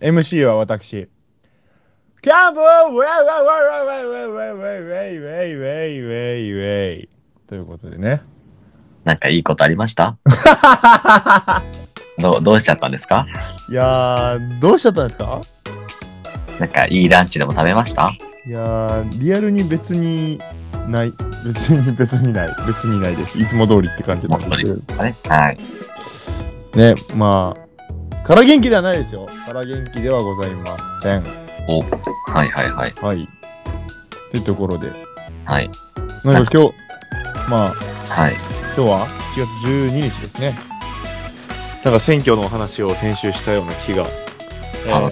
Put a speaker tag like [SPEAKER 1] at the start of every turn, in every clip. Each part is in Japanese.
[SPEAKER 1] MC は私。キャンプウェイウェイウェイウェイウェイウェイウェイウェイウェイウェイウェイウェイということでね。
[SPEAKER 2] なんかいいことありましたどうどうしちゃったんですか
[SPEAKER 1] いやー、どうしちゃったんですか
[SPEAKER 2] なんかいいランチでも食べました
[SPEAKER 1] いやー、リアルに別にない。別に別にない。別にないです。いつも通りって感じな
[SPEAKER 2] 本
[SPEAKER 1] ん
[SPEAKER 2] 当
[SPEAKER 1] で
[SPEAKER 2] ですす
[SPEAKER 1] け
[SPEAKER 2] かね。はい。
[SPEAKER 1] ど。ね、まあ、から元気ではないですよ。から元気ではございません。
[SPEAKER 2] はいはいはい。
[SPEAKER 1] はい。ってところで。
[SPEAKER 2] はい。
[SPEAKER 1] なんか今日、まあ、
[SPEAKER 2] はい。
[SPEAKER 1] 今日は7月12日ですねなんか選挙のお話を先週したような気が、
[SPEAKER 2] あ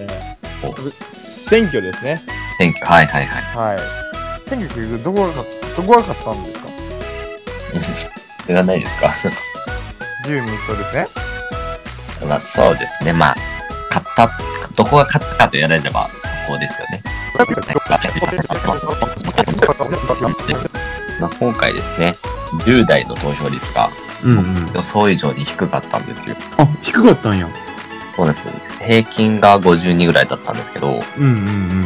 [SPEAKER 1] えー
[SPEAKER 2] お
[SPEAKER 1] 選挙ですね
[SPEAKER 2] 選挙、はいはい は
[SPEAKER 1] は
[SPEAKER 2] い。
[SPEAKER 1] い選挙結局どこがかどこが勝ったんですか
[SPEAKER 2] いらないですか
[SPEAKER 1] 自由民主党ですね
[SPEAKER 2] まあそうですね。まあ、勝った、どこが勝ったかと言われれば、そこですよね。 まあ、今回ですね、10代の投票率が
[SPEAKER 1] うんうん
[SPEAKER 2] 予想以上に低かったんですよ。
[SPEAKER 1] あ低かったんや
[SPEAKER 2] そうです。平均が52ぐらいだったんですけど、
[SPEAKER 1] うんうんうん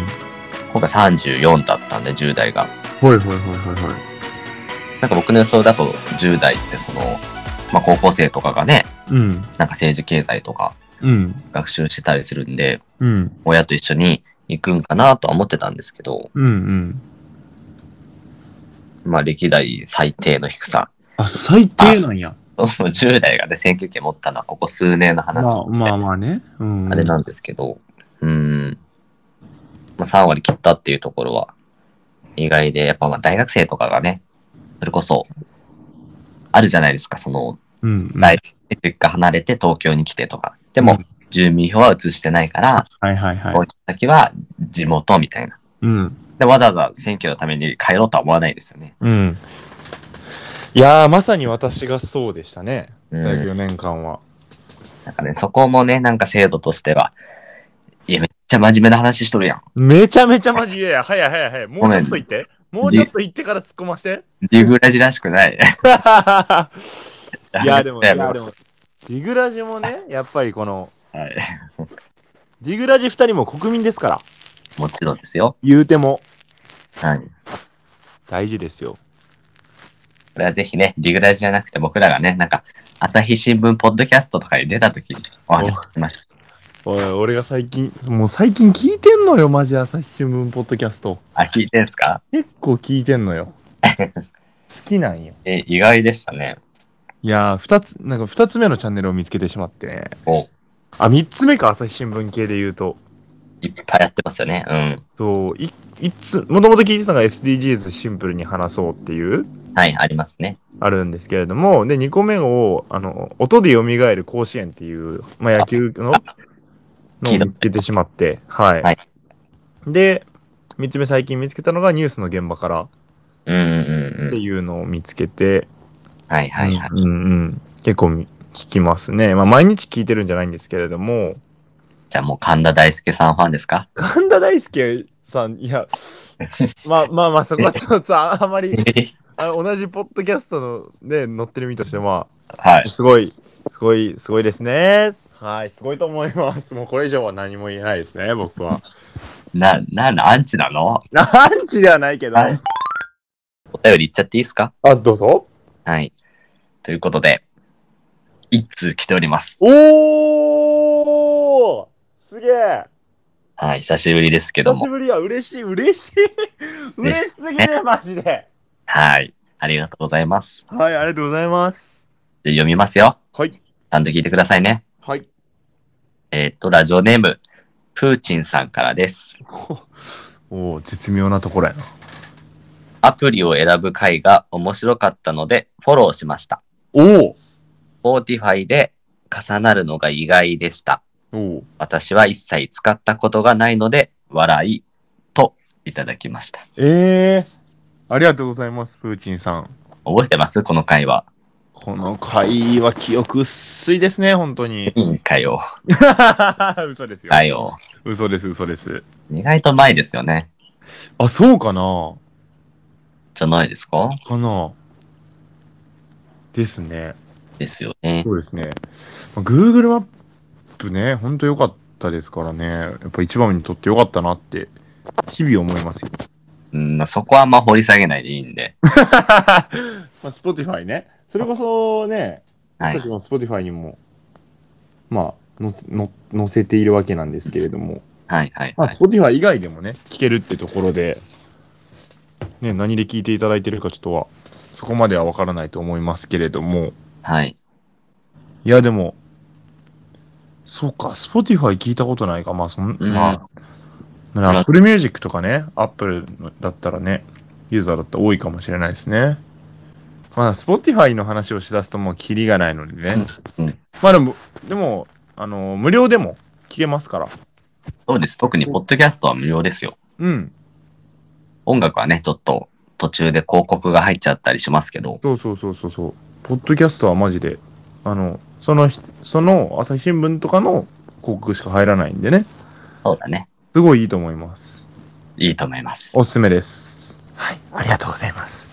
[SPEAKER 2] 今回34だったんで、10代が。
[SPEAKER 1] はいはいはいはいはい
[SPEAKER 2] なんか僕の予想だと、10代ってその、まあ高校生とかがね、
[SPEAKER 1] うん
[SPEAKER 2] なんか政治経済とか
[SPEAKER 1] うん
[SPEAKER 2] 学習してたりするんで、
[SPEAKER 1] うん
[SPEAKER 2] 親と一緒に行くんかなとは思ってたんですけど、
[SPEAKER 1] うんうん
[SPEAKER 2] まあ歴代最低の低さ。
[SPEAKER 1] あ最低なんや
[SPEAKER 2] 10代がね、選挙権持ったのはここ数年の話
[SPEAKER 1] まあ
[SPEAKER 2] で、
[SPEAKER 1] まあまあねうん
[SPEAKER 2] あれなんですけど、うん。まあ3割切ったっていうところは意外で、やっぱまあ大学生とかがね、それこそ、あるじゃないですか、その、
[SPEAKER 1] うんうん
[SPEAKER 2] 大実家離れて東京に来てとか。でも、住民票は移してないから、
[SPEAKER 1] はいはいは
[SPEAKER 2] こ
[SPEAKER 1] い
[SPEAKER 2] ういう人先は地元みたいな。
[SPEAKER 1] うん
[SPEAKER 2] で、わざわざ選挙のために帰ろうとは思わないですよね。
[SPEAKER 1] うん。いやー、まさに私がそうでしたね。
[SPEAKER 2] う
[SPEAKER 1] 大
[SPEAKER 2] ん
[SPEAKER 1] 学4年間は。
[SPEAKER 2] なんかね、そこもね、なんか制度としては、いや、めっちゃ真面目な話しとるやん。
[SPEAKER 1] めちゃめちゃマジでや。早い早い早い。も
[SPEAKER 2] ご
[SPEAKER 1] うち
[SPEAKER 2] め
[SPEAKER 1] ょ
[SPEAKER 2] ん
[SPEAKER 1] っと行って。もうちょっと行ってから突っ込ま して。
[SPEAKER 2] リグラジらしくない。
[SPEAKER 1] いや、でも、い
[SPEAKER 2] や
[SPEAKER 1] や、でも、ディグラジもね、やっぱりこの、
[SPEAKER 2] はい。
[SPEAKER 1] ディグラジ2人も国民ですから、
[SPEAKER 2] もちろんですよ。
[SPEAKER 1] 言うても
[SPEAKER 2] はい。こ
[SPEAKER 1] 大事ですよ。
[SPEAKER 2] れはぜひね、リグラジじゃなくて僕らがね、なんか、朝日新聞ポッドキャストとかに出た時にお話ししましょう。
[SPEAKER 1] おい、俺が最近、もう最近聞いてんのよ、マジ朝日新聞ポッドキャスト。
[SPEAKER 2] あ、聞いてんすか
[SPEAKER 1] 結構聞いてんの よ。好きなんよ。
[SPEAKER 2] え、意外でしたね。
[SPEAKER 1] いやー、二つ、なんか二つ目のチャンネルを見つけてしまってね。
[SPEAKER 2] お、
[SPEAKER 1] あ、三つ目か、朝日新聞系で言うと。
[SPEAKER 2] いっぱいやってますよね。う
[SPEAKER 1] そう、い、いつ、もともと聞いてたのが SDGs シンプルに話そうっていう、
[SPEAKER 2] ん。はい、ありますね。
[SPEAKER 1] あるんですけれども、で、二個目を、あの、音で蘇る甲子園っていう、まあ、野球の、のを
[SPEAKER 2] 聞いた
[SPEAKER 1] 見つけてしまって、はい。
[SPEAKER 2] はい
[SPEAKER 1] で、三つ目最近見つけたのがニュースの現場からっ
[SPEAKER 2] うんうんうん
[SPEAKER 1] て
[SPEAKER 2] うん。
[SPEAKER 1] いうのを見つけて、
[SPEAKER 2] はいはいはい。
[SPEAKER 1] うんうん。結構聞きますね。まあ、毎日聞いてるんじゃないんですけれども、
[SPEAKER 2] じゃあもう神田大輔さんファンですか
[SPEAKER 1] 神田大輔さん、い や、まあまあまあ、そこはちょっとああまりあ同じポッドキャストのね、載ってる身として、ま
[SPEAKER 2] は
[SPEAKER 1] あ、
[SPEAKER 2] い。
[SPEAKER 1] すごい、すごい、すごいですね。はい、すごいと思います。もうこれ以上は何も言えないですね、僕は。
[SPEAKER 2] な、なんだ、アンチなの
[SPEAKER 1] ランチではないけど。
[SPEAKER 2] は
[SPEAKER 1] あ
[SPEAKER 2] い、お便りいっちゃっていいですか
[SPEAKER 1] どうぞ。
[SPEAKER 2] はい。ということで、一通来ております。
[SPEAKER 1] おーすげえ
[SPEAKER 2] はい、久しぶりですけど
[SPEAKER 1] 久し
[SPEAKER 2] も。
[SPEAKER 1] ぶりや、嬉しい、嬉 しい嬉しすぎね、マジで。
[SPEAKER 2] はい。ありがとうございます。
[SPEAKER 1] はい、ありがとうございます。
[SPEAKER 2] で読みますよ。
[SPEAKER 1] はい、
[SPEAKER 2] ちゃんと聞いてくださいね。
[SPEAKER 1] はい。
[SPEAKER 2] えーっと、ラジオネーム、プーチンさんからです。
[SPEAKER 1] おお絶妙なところやな。
[SPEAKER 2] アプリを選ぶ回が面白かったので、フォローしました。
[SPEAKER 1] おお
[SPEAKER 2] Spotify で重なるのが意外でした。
[SPEAKER 1] おお
[SPEAKER 2] 私は一切使ったことがないので、笑い、といただきました。
[SPEAKER 1] ええありがとうございます、プーチンさん。
[SPEAKER 2] 覚えてますこの回は。。
[SPEAKER 1] この会は記憶薄いですね、本当に
[SPEAKER 2] いいんかよ。
[SPEAKER 1] 嘘ですよ。
[SPEAKER 2] かよ。
[SPEAKER 1] 嘘です、嘘です。
[SPEAKER 2] 意外と前ですよね。
[SPEAKER 1] あ、そうかな
[SPEAKER 2] じゃないですか
[SPEAKER 1] かなですね。
[SPEAKER 2] ですよね
[SPEAKER 1] そ。うですね。まあ Google マップね、ほんと良かっったですからね、やっぱ一番にとってよかったなって、日々思いますよ。
[SPEAKER 2] うん、まあそこはあんま掘り下げないでいいんで。
[SPEAKER 1] まあ、Spotify ね。それこそね、
[SPEAKER 2] はい。
[SPEAKER 1] 私も Spotify にも、まあ、のせの載せているわけなんですけれども、
[SPEAKER 2] はいはい、
[SPEAKER 1] まあ、
[SPEAKER 2] はい
[SPEAKER 1] Spotify 以外でもね、聞けるってところで、ね、何で聞いていただいてるかちょっとは、そこまではわからないと思いますけれども、
[SPEAKER 2] はい。
[SPEAKER 1] いや、でも、そうか、Spotify 聞いたことないか、まあ、そん、
[SPEAKER 2] うん
[SPEAKER 1] まあ、なら Apple Music とかね、Apple だったらね、ユーザーだったら多いかもしれないですね。まあ、Spotify の話をしだすともうキリがないのでね。
[SPEAKER 2] うんうん
[SPEAKER 1] まあでも、でも、あの、無料でも聞けますから。
[SPEAKER 2] そうです。特に、ポッドキャストは無料ですよ。
[SPEAKER 1] うん。
[SPEAKER 2] 音楽はね、ちょっと途中で広告が入っちゃったりしますけど。
[SPEAKER 1] そうそうそうそうそう。ポッドキャストはマジで、あの、その日、その朝日新聞とかの広告しか入らないんでね。
[SPEAKER 2] そうだね。
[SPEAKER 1] すごいいいと思います。
[SPEAKER 2] いいと思います。
[SPEAKER 1] おすすめです。はい、ありがとうございます。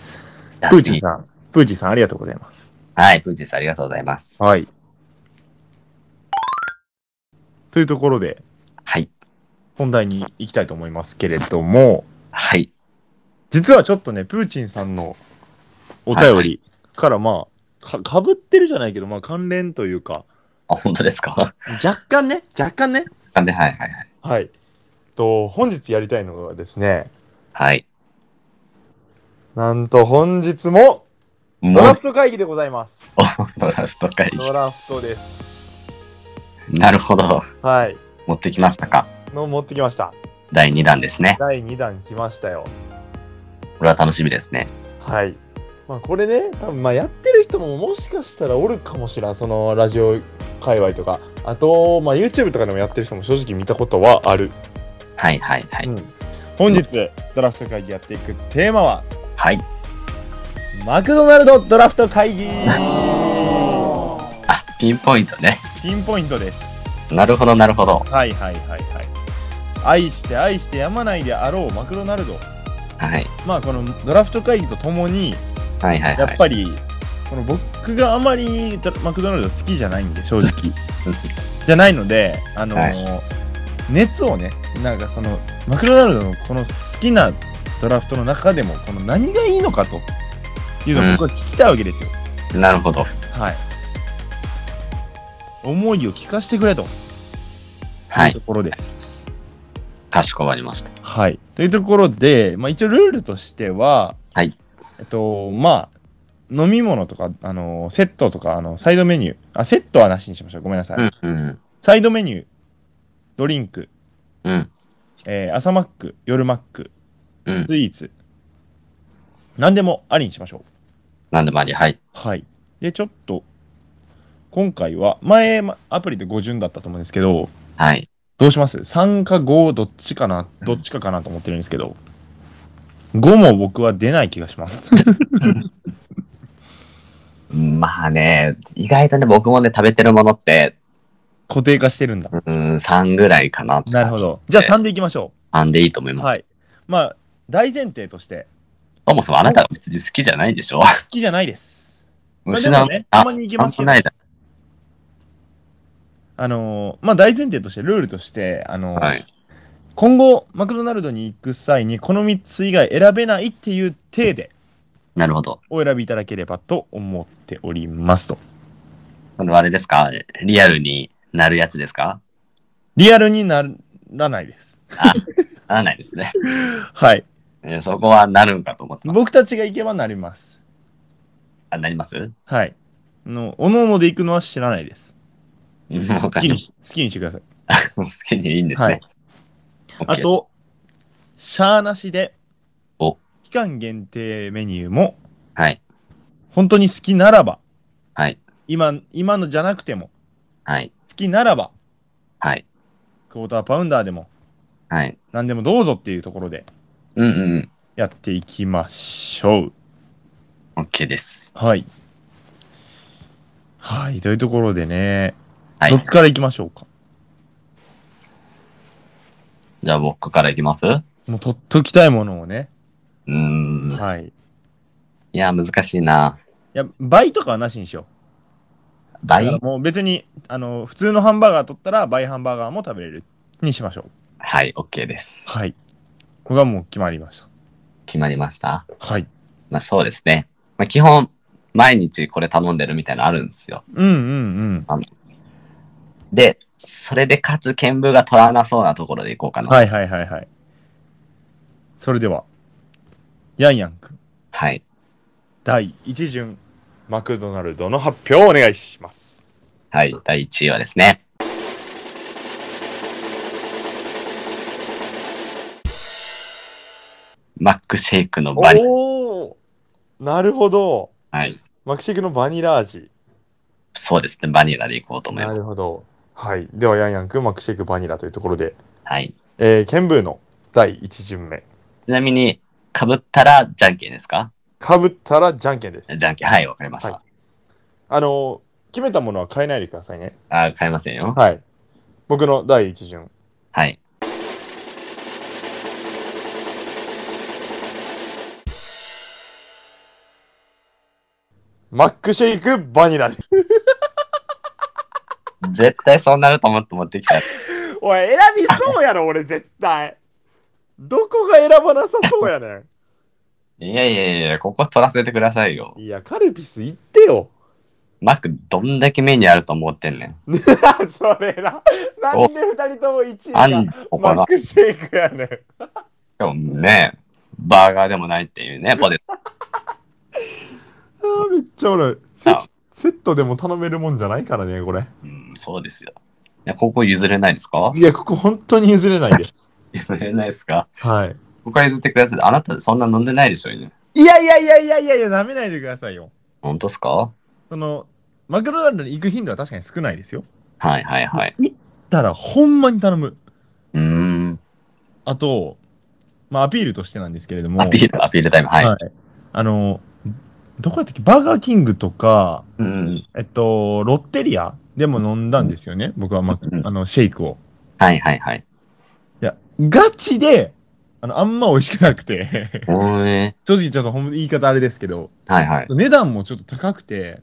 [SPEAKER 2] じゃ
[SPEAKER 1] プ
[SPEAKER 2] あ
[SPEAKER 1] ーチン
[SPEAKER 2] 次。
[SPEAKER 1] さん、プーチンさんありがとうございます。
[SPEAKER 2] はい、プーチンさんありがとうございます。
[SPEAKER 1] はい。というところで、
[SPEAKER 2] はい。
[SPEAKER 1] 本題に行きたいと思いますけれども、
[SPEAKER 2] はい。
[SPEAKER 1] 実はちょっとね、プーチンさんのお便りから、まあ、かかぶってるじゃないけど、まあ関連というか、
[SPEAKER 2] あ、本当ですか
[SPEAKER 1] 若干ね、若干ね、
[SPEAKER 2] なんで、はいはいはい。
[SPEAKER 1] はい。と、本日やりたいのがですね、
[SPEAKER 2] はい。
[SPEAKER 1] なんと本日もド
[SPEAKER 2] も
[SPEAKER 1] ラ
[SPEAKER 2] う
[SPEAKER 1] フ、ト会議でございます。
[SPEAKER 2] ドラフト会議。
[SPEAKER 1] ドラフトです。
[SPEAKER 2] なるほど。
[SPEAKER 1] はい。
[SPEAKER 2] 持ってきましたか。
[SPEAKER 1] の持ってきました。
[SPEAKER 2] 第2弾ですね。
[SPEAKER 1] 第2弾来ましたよ。
[SPEAKER 2] これは楽しみですね。
[SPEAKER 1] はい。まあこれね、多分まあやってる人ももしかしたらおるかもしれん。そのラジオ界隈とか。あと、まあ YouTube とかでもやってる人も正直見たことはある。
[SPEAKER 2] はいはいはい。
[SPEAKER 1] うん本日、ドラフト会議やっていくテーマは、
[SPEAKER 2] はい。
[SPEAKER 1] マクドナルドドラフト会議
[SPEAKER 2] あ、ピンポイントね。
[SPEAKER 1] ピンポイントです。
[SPEAKER 2] なるほどなるほど。
[SPEAKER 1] はいはいはいはい。愛して愛してやまないであろうマクドナルド。
[SPEAKER 2] はい。
[SPEAKER 1] まあこのドラフト会議とともに、
[SPEAKER 2] はいは い
[SPEAKER 1] や
[SPEAKER 2] は
[SPEAKER 1] っ
[SPEAKER 2] い。
[SPEAKER 1] ぱり、この僕があまりドラマクドナルド好きじゃないんで、正直。じゃないので、あのー
[SPEAKER 2] は
[SPEAKER 1] 熱をね、なんかその、マクドナルドのこの好きなドラフトの中でも、この何がいいのかというのを僕は聞きたいわけですよ。
[SPEAKER 2] なるほど。
[SPEAKER 1] はい。思いを聞かせてくれと
[SPEAKER 2] は
[SPEAKER 1] いう
[SPEAKER 2] い
[SPEAKER 1] と。ころです。
[SPEAKER 2] かしこまりました。
[SPEAKER 1] はい。というところで、まあ、一応ルールとしては、
[SPEAKER 2] はい。
[SPEAKER 1] えっと、まあ、飲み物とか、あの、セットとか、あの、サイドメニュー、あ、セットはなしにしましょう。ごめんなさい。
[SPEAKER 2] うんうん。
[SPEAKER 1] サイドメニュー、ドリンク、
[SPEAKER 2] うん。
[SPEAKER 1] えー朝マック、夜マック、
[SPEAKER 2] うん。
[SPEAKER 1] スイーツ、何でもありにしましょう。
[SPEAKER 2] なんでもあり。はい。
[SPEAKER 1] はい。で、ちょっと、今回は、前、まアプリで50だったと思うんですけど、
[SPEAKER 2] はい。
[SPEAKER 1] どうします ?3 か5どっちかな、どっちかかなと思ってるんですけど、5も僕は出ない気がします。
[SPEAKER 2] まあね、意外とね、僕もね、食べてるものって、
[SPEAKER 1] 固定化してるんだ。
[SPEAKER 2] うん、3ぐらいかな。
[SPEAKER 1] なるほ。ど。じゃあ3でいきましょ。
[SPEAKER 2] 3でいいと思いうます。
[SPEAKER 1] はい。まあ、大前提として、
[SPEAKER 2] そもそもあなたは別に好きじゃないでしょ
[SPEAKER 1] 好きじゃないです。まあ
[SPEAKER 2] 失う
[SPEAKER 1] でもね
[SPEAKER 2] あ、
[SPEAKER 1] たまに行きますよ
[SPEAKER 2] あんまないだ。
[SPEAKER 1] あのーまあ大前提として、ルールとして、あのー
[SPEAKER 2] はい。
[SPEAKER 1] 今後、マクドナルドに行く際に、この3つ以外選べないっていう体で、
[SPEAKER 2] なるほど。
[SPEAKER 1] お選びいただければと思っておりますと。
[SPEAKER 2] これはあれですかリアルになるやつですか
[SPEAKER 1] リアルにならないです。
[SPEAKER 2] ならないですね。
[SPEAKER 1] はい。
[SPEAKER 2] えーそこはなるんかと思ってます。
[SPEAKER 1] 僕たちが行けばなります。
[SPEAKER 2] あ、なります
[SPEAKER 1] はい。あの、おのおので行くのは知らないです。
[SPEAKER 2] うんわ
[SPEAKER 1] 好
[SPEAKER 2] か
[SPEAKER 1] き
[SPEAKER 2] りま
[SPEAKER 1] に
[SPEAKER 2] し
[SPEAKER 1] し、好きにしてください。
[SPEAKER 2] た。好きにいいんです
[SPEAKER 1] はい
[SPEAKER 2] ね。
[SPEAKER 1] あ
[SPEAKER 2] OK、
[SPEAKER 1] と、シャーなしで、
[SPEAKER 2] お
[SPEAKER 1] 期間限定メニューも、
[SPEAKER 2] はい。
[SPEAKER 1] 本当に好きならば、
[SPEAKER 2] はい。
[SPEAKER 1] 今、今のじゃなくても、
[SPEAKER 2] はい。
[SPEAKER 1] 好きならば、
[SPEAKER 2] はい。
[SPEAKER 1] クォーターパウンダーでも、
[SPEAKER 2] はい。
[SPEAKER 1] 何でもどうぞっていうところで
[SPEAKER 2] うんうん
[SPEAKER 1] やっていきましょう。
[SPEAKER 2] うん。OK です。
[SPEAKER 1] はい。はい。というところでね、
[SPEAKER 2] はい
[SPEAKER 1] どっ。ちから行きましょうか。
[SPEAKER 2] じゃあ僕からいきますう
[SPEAKER 1] もう取っときたいものをね。
[SPEAKER 2] ーん。
[SPEAKER 1] はい。い
[SPEAKER 2] いや、難しいな。
[SPEAKER 1] や、倍とかはなしにしよう。だから
[SPEAKER 2] 倍
[SPEAKER 1] もう別に、あの、普通のハンバーガー取ったら、倍ハンバーガーも食べれるにしましょう。
[SPEAKER 2] はい、OK です。
[SPEAKER 1] はい。これがもう決まりました。
[SPEAKER 2] 決まりました
[SPEAKER 1] はい。
[SPEAKER 2] まあそうですね。まあ基本、毎日これ頼んでるみたいなのあるんですよ。
[SPEAKER 1] うんうん
[SPEAKER 2] で、それでかつ、剣舞が取らなそうなところでいこうか
[SPEAKER 1] うん。
[SPEAKER 2] な。
[SPEAKER 1] はいはいはいはい。それでは、ヤンヤンくん、
[SPEAKER 2] はい。
[SPEAKER 1] 第1巡、マクドナルドの発表をお願いします。
[SPEAKER 2] はい。第1位はですね。マックシェイクのバニ
[SPEAKER 1] おーなるほど。
[SPEAKER 2] ラ。はい。
[SPEAKER 1] マキシェクのバニラ味。
[SPEAKER 2] そうですね。バニラでいこうと思い
[SPEAKER 1] な
[SPEAKER 2] ます。
[SPEAKER 1] るほど。はい。では、ヤンヤンくん、マクシェイクバニラというところで、
[SPEAKER 2] はい。
[SPEAKER 1] えー、ケンブーの第1巡目。
[SPEAKER 2] ちなみに、被ったらじゃんけんですか
[SPEAKER 1] かぶったらじゃんけんです。
[SPEAKER 2] じゃんけん。はい、わかりました。
[SPEAKER 1] はあのー、決めたものは変えないでくださいね。
[SPEAKER 2] あー、買いませんよ。
[SPEAKER 1] はい。僕の第一巡。
[SPEAKER 2] はい。
[SPEAKER 1] マックシェイクバニラです。
[SPEAKER 2] 絶対そうなると思って持ってきた。
[SPEAKER 1] おい、選びそうやろ、俺絶対。どこが選ばなさそうやね
[SPEAKER 2] いやいやいや、ここ取らせてくださいよ
[SPEAKER 1] ん。。 いや、カルピス行ってよ。
[SPEAKER 2] マック、どんだけメニューあると思ってんねん。
[SPEAKER 1] それな。なんで二人とも一位
[SPEAKER 2] あん
[SPEAKER 1] が
[SPEAKER 2] の
[SPEAKER 1] マッ
[SPEAKER 2] かな
[SPEAKER 1] クシェイクやねん。
[SPEAKER 2] でもね、バーガーでもないっていうね、ポテト。
[SPEAKER 1] あーめっちゃおるセセットでも頼めるもんじゃないからね、これ。
[SPEAKER 2] うん、そうですよ。いや、ここ譲れないですか
[SPEAKER 1] いや、ここ本当に譲れないです。
[SPEAKER 2] 譲れないですか
[SPEAKER 1] はい。
[SPEAKER 2] ここは譲ってください。あなたそんな飲んでないでしょうね。
[SPEAKER 1] いやいやいやいやいやいや、舐めないでくださいよ。
[SPEAKER 2] 本当ですか
[SPEAKER 1] その、マクドナルドに行く頻度は確かに少ないですよ。
[SPEAKER 2] はいはいはい。
[SPEAKER 1] ただ、ほんまに頼む。
[SPEAKER 2] うーん。
[SPEAKER 1] あと、まあ、アピールとしてなんですけれども、
[SPEAKER 2] アピール、アピールタイム。はい。
[SPEAKER 1] はいあの、どこやったっけ、バーガーキングとか、
[SPEAKER 2] うん。
[SPEAKER 1] えっと、ロッテリアでも飲んだんですよね、僕は、ま
[SPEAKER 2] うん
[SPEAKER 1] あの、シェイクを。
[SPEAKER 2] はいはいはい。
[SPEAKER 1] いや、ガチで、あの、あんま美味しくなくて、
[SPEAKER 2] うーんね。
[SPEAKER 1] 正直ちょっとほんま言い方あれですけど、
[SPEAKER 2] はいはい。
[SPEAKER 1] 値段もちょっと高くて、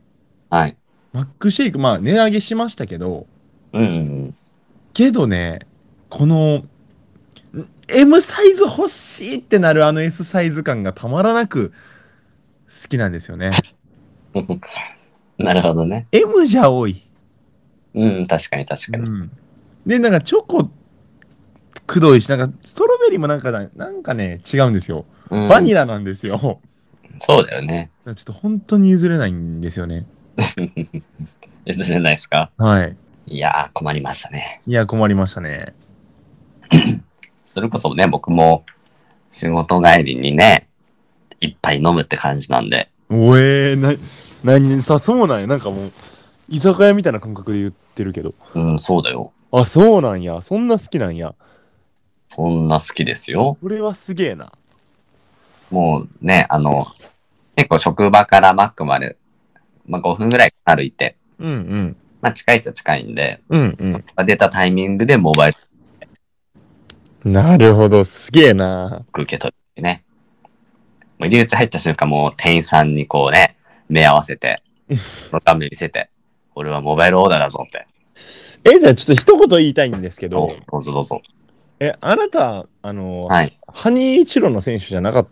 [SPEAKER 2] はい。
[SPEAKER 1] マックシェイク、まあ、値上げしましたけど、
[SPEAKER 2] うんうん
[SPEAKER 1] けどね、この、ん M サイズ欲しいってなるあの S サイズ感がたまらなく好きなんですよね。
[SPEAKER 2] うん。なるほどね。
[SPEAKER 1] M じゃ多い。
[SPEAKER 2] うん、確かに確かに。
[SPEAKER 1] で、なんかチョコ、くどいし、なんかストロベリーもなんかな、なんかね、違うんですよ。バニ
[SPEAKER 2] ラ。
[SPEAKER 1] ラなんですよ。
[SPEAKER 2] そうだよね。
[SPEAKER 1] ちょっと本当に譲れないんですよね。
[SPEAKER 2] 譲れないですか
[SPEAKER 1] はい。
[SPEAKER 2] いやー、困りましたね。
[SPEAKER 1] いや、困りましたね。
[SPEAKER 2] それこそね、僕も仕事帰りにね、いっぱい飲むって感じなんで、
[SPEAKER 1] おえー、な、何さ、そうなんや。なんかもう、居酒屋みたいな感覚で言ってるけど。
[SPEAKER 2] うん、そうだよ。
[SPEAKER 1] あ、そうなんや。そんな好きなんや。
[SPEAKER 2] そんな好きですよ。
[SPEAKER 1] これはすげえな。
[SPEAKER 2] もうね、あの、結構職場からマックまで、まあ、5分ぐらい歩いて、
[SPEAKER 1] うん
[SPEAKER 2] まあ、近いっちゃ近いんで、
[SPEAKER 1] うん。うん
[SPEAKER 2] まあ出たタイミングでモバイル
[SPEAKER 1] うん。なるほど。すげえな。
[SPEAKER 2] 受け取るね。もう入り口入った瞬間、もう店員さんにこうね、目合わせて、画面見せて、俺はモバイルオーダーだぞって。
[SPEAKER 1] え、じゃあちょっと一言言いたいんですけ
[SPEAKER 2] ど
[SPEAKER 1] ど、
[SPEAKER 2] うぞどうぞ。
[SPEAKER 1] え、あなた、あの、
[SPEAKER 2] はい。
[SPEAKER 1] ハニーチロの選手じゃなかっ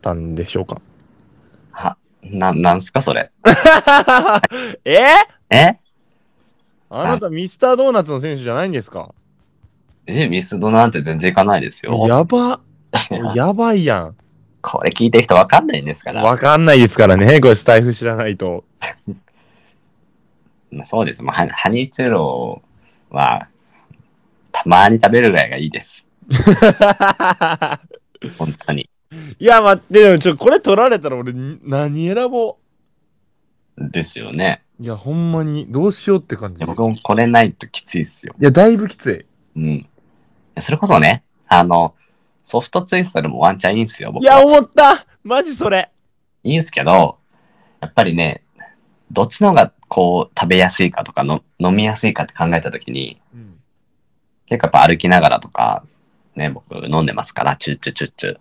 [SPEAKER 1] たんでしょうか
[SPEAKER 2] は、な、なんすかそれ。
[SPEAKER 1] え
[SPEAKER 2] え
[SPEAKER 1] あなた、ミスタードーナツの選手じゃないんですか
[SPEAKER 2] え、ミスドなんて全然行かないですよ。
[SPEAKER 1] やば。やばいや
[SPEAKER 2] これ聞いてる人わかんないんですか
[SPEAKER 1] ん。
[SPEAKER 2] ら。
[SPEAKER 1] わかんないですからね。これスタイフ知らない と。
[SPEAKER 2] まあそうです。まあ、ハハニーチュローは、たまに食べるぐらいがいいです。本当に。
[SPEAKER 1] いや、待って、でもちょ、これ取られたら俺、何選ぼ
[SPEAKER 2] ですよね。
[SPEAKER 1] ういや、ほんまに、どうしようって感
[SPEAKER 2] い
[SPEAKER 1] じ。
[SPEAKER 2] や僕もこれないときついですよ。
[SPEAKER 1] いや、だいぶきつい。
[SPEAKER 2] うん。いやそれこそね、あの、ソフトツイストでもワンチャンいいんすよ、僕
[SPEAKER 1] い
[SPEAKER 2] は。
[SPEAKER 1] や、思ったマジそれ
[SPEAKER 2] いいんすけど、やっぱりね、どっちの方がこう食べやすいかとかの飲みやすいかって考えたときに、結構やっぱ歩きながらとか、ね、僕飲んでますから、チュッチュチュッチュ。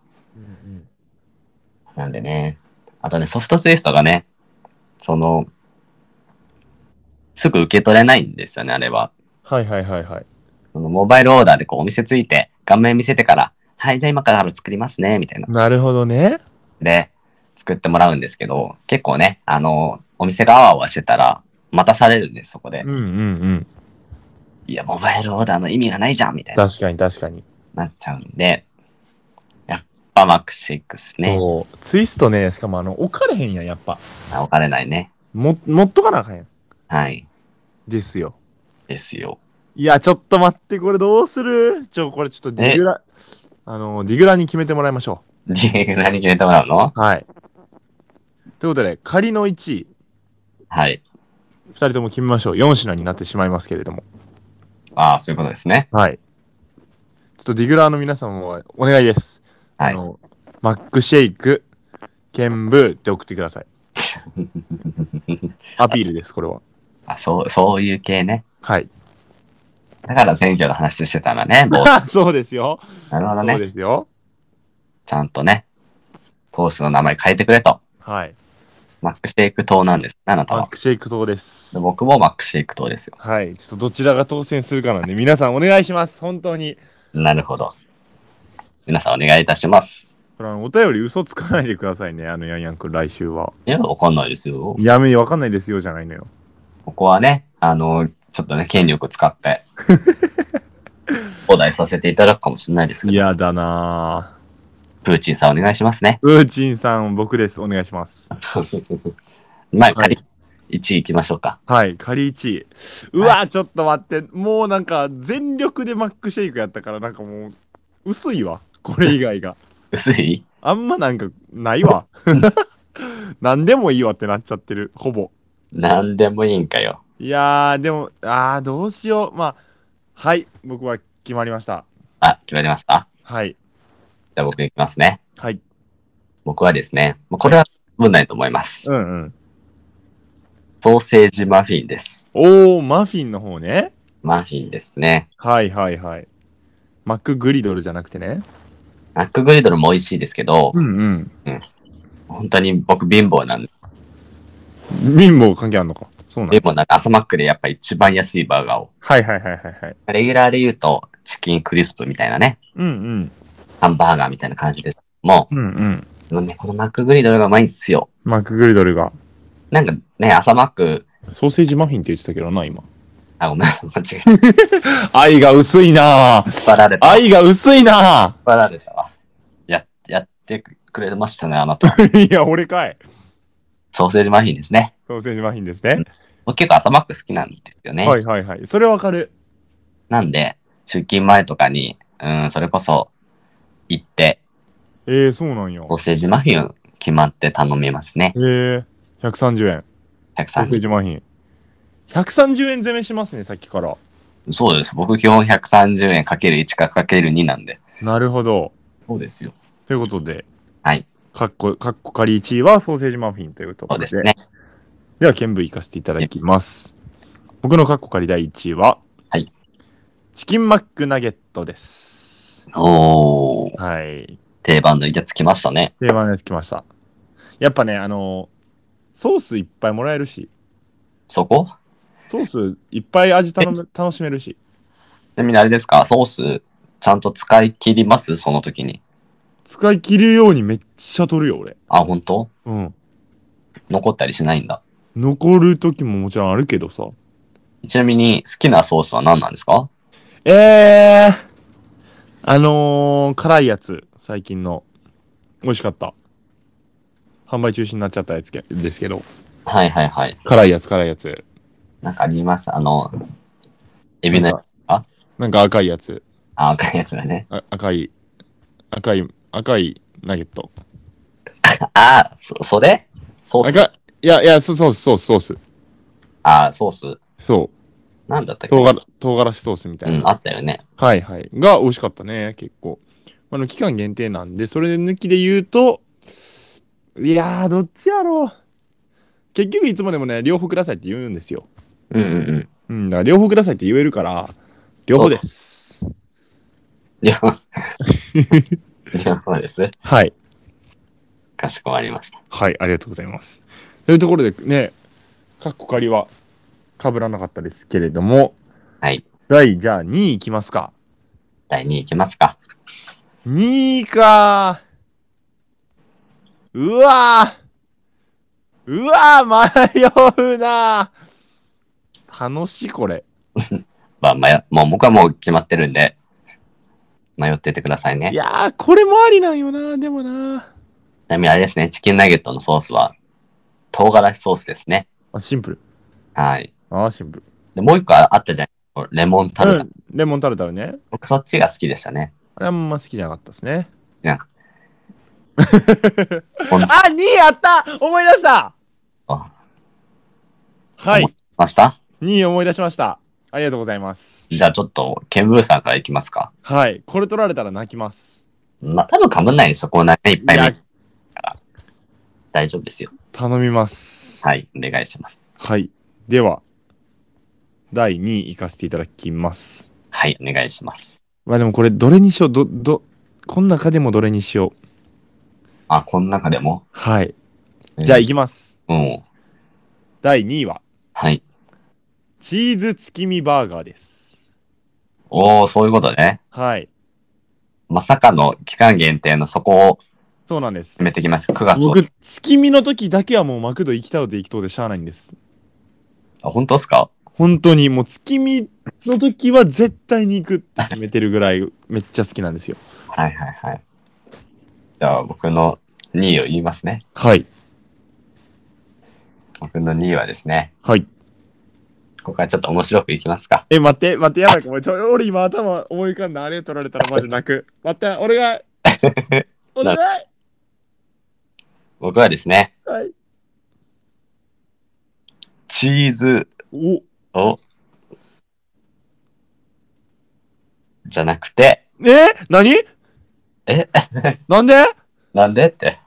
[SPEAKER 2] なんでね。あとね、ソフトツイストがね、その、すぐ受け取れないんですよね、あれは。
[SPEAKER 1] はいはいはいはい。
[SPEAKER 2] そのモバイルオーダーでこうお店ついて、画面見せてから、はい、じゃあ今から作りますね、みたいな。
[SPEAKER 1] なるほどね。
[SPEAKER 2] で、作ってもらうんですけど、結構ね、あの、お店があわあわしてたら、待たされるんです、そこで
[SPEAKER 1] うん。うんうん。
[SPEAKER 2] いや、モバイルオーダーの意味がないじゃん、みたいな、
[SPEAKER 1] 確かに確かに。
[SPEAKER 2] なっちゃうんで、やっぱマック6ね。
[SPEAKER 1] そう。ツイストね、しかもあの、置かれへんやん、やっぱ。
[SPEAKER 2] あおかれないね。
[SPEAKER 1] も、持っとかなあかんやん。
[SPEAKER 2] はい。
[SPEAKER 1] ですよ。
[SPEAKER 2] ですよ。
[SPEAKER 1] いや、ちょっと待って、これどうするちょ、これちょっとディグラ、あの、ディグラに決めてもらいましょ
[SPEAKER 2] で、何決めてもらうの
[SPEAKER 1] う。はい。ということで、仮の1位、
[SPEAKER 2] はい。
[SPEAKER 1] 2人とも決めましょう。4品になってしまいますけれども。
[SPEAKER 2] ああ、そういうことですね。
[SPEAKER 1] はい。ちょっとディグラーの皆さんもお願いです。
[SPEAKER 2] はい
[SPEAKER 1] あ。の、マックシェイク、ケンブーって送ってくだ さい。アピールです、これは。
[SPEAKER 2] あそう、そういう系ね。
[SPEAKER 1] はい。
[SPEAKER 2] だから選挙の話してた らね、もう、
[SPEAKER 1] そうですよ。
[SPEAKER 2] なるほど
[SPEAKER 1] そう
[SPEAKER 2] ね。
[SPEAKER 1] ですよ。
[SPEAKER 2] ちゃんとね、投手の名前変えてくれと。
[SPEAKER 1] はい。
[SPEAKER 2] マックシェイク党なんです。あなた
[SPEAKER 1] マッ
[SPEAKER 2] は。
[SPEAKER 1] クシェイク党です
[SPEAKER 2] で。僕もマックシェイク党ですよ。
[SPEAKER 1] はい。ちょっとどちらが当選するかなんで、皆さんお願いします。本当に。
[SPEAKER 2] なるほど。皆さんお願いいたします。
[SPEAKER 1] これあのお便り嘘つかないでくださいね、あのヤンヤンくん、来週は。
[SPEAKER 2] いや、わかんないですよ。
[SPEAKER 1] やめ、わかんないですよ、じゃないのよ。
[SPEAKER 2] ここはね、あの、ちょっとね、権力使って、お題させていただくかもしれないですけど、
[SPEAKER 1] 嫌だなぁ。
[SPEAKER 2] プーチンさんお願いしますね。
[SPEAKER 1] ウーチンさん、僕です。お願いします。
[SPEAKER 2] まあ、仮、1位行きましょうか。
[SPEAKER 1] はい、仮1位。うわ、ちょっと待って、もうなんか、全力でマックシェイクやったから、なんかもう、薄いわ、これ以外 が。
[SPEAKER 2] 薄い
[SPEAKER 1] あんまなんか、ない わ。何でもいいわってなっちゃってる、ほぼ。
[SPEAKER 2] 何でもいいんかよ。
[SPEAKER 1] いやー、でも、あー、どうしよう。まあ、はい、僕は決まりました。
[SPEAKER 2] あ、決まりました。
[SPEAKER 1] はい、
[SPEAKER 2] じゃあ僕行きますね。
[SPEAKER 1] はい。
[SPEAKER 2] 僕はですね、まあこれは問題と思います。
[SPEAKER 1] うんうん。
[SPEAKER 2] ソーセージマフィンです。
[SPEAKER 1] おー、マフィンの方ね。
[SPEAKER 2] マフィンですね。
[SPEAKER 1] はいはいはい。マックグリドルじゃなくてね。
[SPEAKER 2] マックグリドルも美味しいですけど、
[SPEAKER 1] ん
[SPEAKER 2] 本当に僕貧乏なんで、
[SPEAKER 1] うん。貧乏関係あんのか。そうなん
[SPEAKER 2] 貧乏なんで朝マックでやっぱ一番安いバーガーを。
[SPEAKER 1] はいはいはいはいはい。
[SPEAKER 2] レギュラーで言うと、チキンクリスプみたいなね、
[SPEAKER 1] うん
[SPEAKER 2] ハンバーガーみたいな感じです。も
[SPEAKER 1] うん。うんうん。
[SPEAKER 2] う、もうね、このマックグリドルがうまいんですよ。
[SPEAKER 1] マックグリドルが。
[SPEAKER 2] なんかね、朝マック、
[SPEAKER 1] ソーセージマフィンって言ってたけどな、今。
[SPEAKER 2] あ、ごめん、間 違えた。引っ
[SPEAKER 1] 愛が薄いなぁ。
[SPEAKER 2] 張られた。引っ
[SPEAKER 1] 愛が薄いな
[SPEAKER 2] 張られたわ。や、やってくれましたね、あな た。
[SPEAKER 1] ぁ。いや、俺かい。
[SPEAKER 2] ソーセージマフィンですね。
[SPEAKER 1] ソーセージマフィンですね。
[SPEAKER 2] 僕結構朝マック好きなんですよね。
[SPEAKER 1] はいはいはい。それわかる。
[SPEAKER 2] なんで、出勤前とかに、うん、それこそ、行って、
[SPEAKER 1] えー、そうなんよ
[SPEAKER 2] ソ。ーセージマフィン決まって頼みますね
[SPEAKER 1] え。ー、130円。ソーセー
[SPEAKER 2] 130。
[SPEAKER 1] ジマフィン。130円攻めしますね、さっきから。
[SPEAKER 2] そうです。僕基本130円かける1かかける2なんで。
[SPEAKER 1] なるほど。
[SPEAKER 2] そうですよ。
[SPEAKER 1] ということで、
[SPEAKER 2] はい。
[SPEAKER 1] かっこ、かっこ仮1位はソーセージマフィンというとこ
[SPEAKER 2] そう
[SPEAKER 1] ろで。
[SPEAKER 2] ですね。
[SPEAKER 1] では、剣舞行かせていただきます。僕のかっこ仮第1位は、
[SPEAKER 2] はい。
[SPEAKER 1] チキンマックナゲットです。
[SPEAKER 2] おー。
[SPEAKER 1] はい。
[SPEAKER 2] 定番のイチャつきましたね。
[SPEAKER 1] 定番です、来ました。やっぱね、あの、ソースいっぱいもらえるし、
[SPEAKER 2] そこ
[SPEAKER 1] ソースいっぱい味頼む楽しめるし、
[SPEAKER 2] ちなみにあれですかソース、ちゃんと使い切りますその時に。
[SPEAKER 1] 使い切るようにめっちゃ取るよ、俺。
[SPEAKER 2] あ、本当
[SPEAKER 1] うん。
[SPEAKER 2] 残ったりしないんだ。
[SPEAKER 1] 残る時ももちろんあるけどさ。
[SPEAKER 2] ちなみに、好きなソースは何なんですか
[SPEAKER 1] えー、あのー、辛いやつ、最近の。美味しかった。販売中止になっちゃったやつけですけど。
[SPEAKER 2] はいはいはい。
[SPEAKER 1] 辛いやつ、辛いやつ。
[SPEAKER 2] なんかありますあの、エビのやつあ
[SPEAKER 1] なんか赤いやつ。
[SPEAKER 2] あ、赤いやつだね。
[SPEAKER 1] あ赤い、赤い、赤いナゲット。
[SPEAKER 2] あ、そ、それソー
[SPEAKER 1] 赤
[SPEAKER 2] ス。
[SPEAKER 1] い、いや、いや、そうそうそう、ソース。
[SPEAKER 2] あ、ソース。
[SPEAKER 1] そ
[SPEAKER 2] なんだった
[SPEAKER 1] う。
[SPEAKER 2] っけ
[SPEAKER 1] 唐辛唐辛子ソースみた
[SPEAKER 2] う
[SPEAKER 1] いな。
[SPEAKER 2] ん、あったよね。
[SPEAKER 1] はいはい。が美味しかったね、結構。あの、期間限定なんで、それで抜きで言うと、いやー、どっちやろう。結局いつもでもね、両方くださいって言うんですよ。
[SPEAKER 2] うんうんうん。
[SPEAKER 1] うん、だから両方くださいって言えるから、両方です。
[SPEAKER 2] 両 方。両方です。
[SPEAKER 1] はい。
[SPEAKER 2] かしこまりました。
[SPEAKER 1] はい、ありがとうございます。というところでね、カッコ仮は、被らなかったですけれども、
[SPEAKER 2] はい。
[SPEAKER 1] 第、じゃあ2位いきますか。
[SPEAKER 2] 第2位いきますか。
[SPEAKER 1] 2位かうわぁうわぁ迷うなぁ楽しい、これ。
[SPEAKER 2] まあ、まや、もう僕はもう決まってるんで、迷っててくださいね。
[SPEAKER 1] い
[SPEAKER 2] ち
[SPEAKER 1] やー、これもありなんよなぁでもな
[SPEAKER 2] なみにあれですね、チキンナゲットのソースは、唐辛子ソースですね。
[SPEAKER 1] ぁあ、シンプル。
[SPEAKER 2] はい。
[SPEAKER 1] あーシンプル。
[SPEAKER 2] で、もう一個あったじゃん。レモンタルタ。
[SPEAKER 1] うんレモンタルタルね。
[SPEAKER 2] 僕そっちが好きでしたね。
[SPEAKER 1] あれあんま好きじゃなかったですね。
[SPEAKER 2] いや
[SPEAKER 1] あ、2位あった思い出した
[SPEAKER 2] あ
[SPEAKER 1] はい。
[SPEAKER 2] ました
[SPEAKER 1] 2位思い出しました。ありがとうございます。
[SPEAKER 2] じゃあちょっと、ケンブーさんからいきますか。
[SPEAKER 1] はい。これ取られたら泣きます。
[SPEAKER 2] まあ、多分かぶんないですよ。こうなね、いっ
[SPEAKER 1] い
[SPEAKER 2] ぱい
[SPEAKER 1] や
[SPEAKER 2] 目、大丈夫ですよ。
[SPEAKER 1] 頼みます。
[SPEAKER 2] はい、お願いします。
[SPEAKER 1] はい。では、第2位行かせていただきます。
[SPEAKER 2] はい、お願いします。
[SPEAKER 1] まあでもこれ、どれにしよう、ど、ど、この中でもどれにしよう。
[SPEAKER 2] あ、この中でも
[SPEAKER 1] はい。じゃあ行きます。
[SPEAKER 2] うん。
[SPEAKER 1] 第2位は、
[SPEAKER 2] はい。
[SPEAKER 1] チーズ月見バーガーです。
[SPEAKER 2] おー、そういうことね。
[SPEAKER 1] はい。
[SPEAKER 2] まさかの期間限定のそこを
[SPEAKER 1] そうなんです
[SPEAKER 2] 決。めてきました。9月を。
[SPEAKER 1] 僕、月見の時だけはもうマクド行きたうで行きとうでしゃあないんです。
[SPEAKER 2] あ本当ですか
[SPEAKER 1] 本当にもう月見の時は絶対に行くって決めてるぐらいめっちゃ好きなんですよ。
[SPEAKER 2] はいはいはい。じゃあ僕の2位を言いますね。
[SPEAKER 1] はい。
[SPEAKER 2] 僕の2位はですね、
[SPEAKER 1] はい。
[SPEAKER 2] ここからちょっと面白くいきますか。
[SPEAKER 1] え、待って、待って、やばい、ごめん。ちょ、俺今頭思い浮かんだ。あれ取られたらマジ泣く。待って、お願い。 お願い。
[SPEAKER 2] 僕はですね、
[SPEAKER 1] はい。
[SPEAKER 2] チーズ
[SPEAKER 1] お、
[SPEAKER 2] を、じゃなくて、
[SPEAKER 1] え何
[SPEAKER 2] え
[SPEAKER 1] なんで
[SPEAKER 2] なんでって。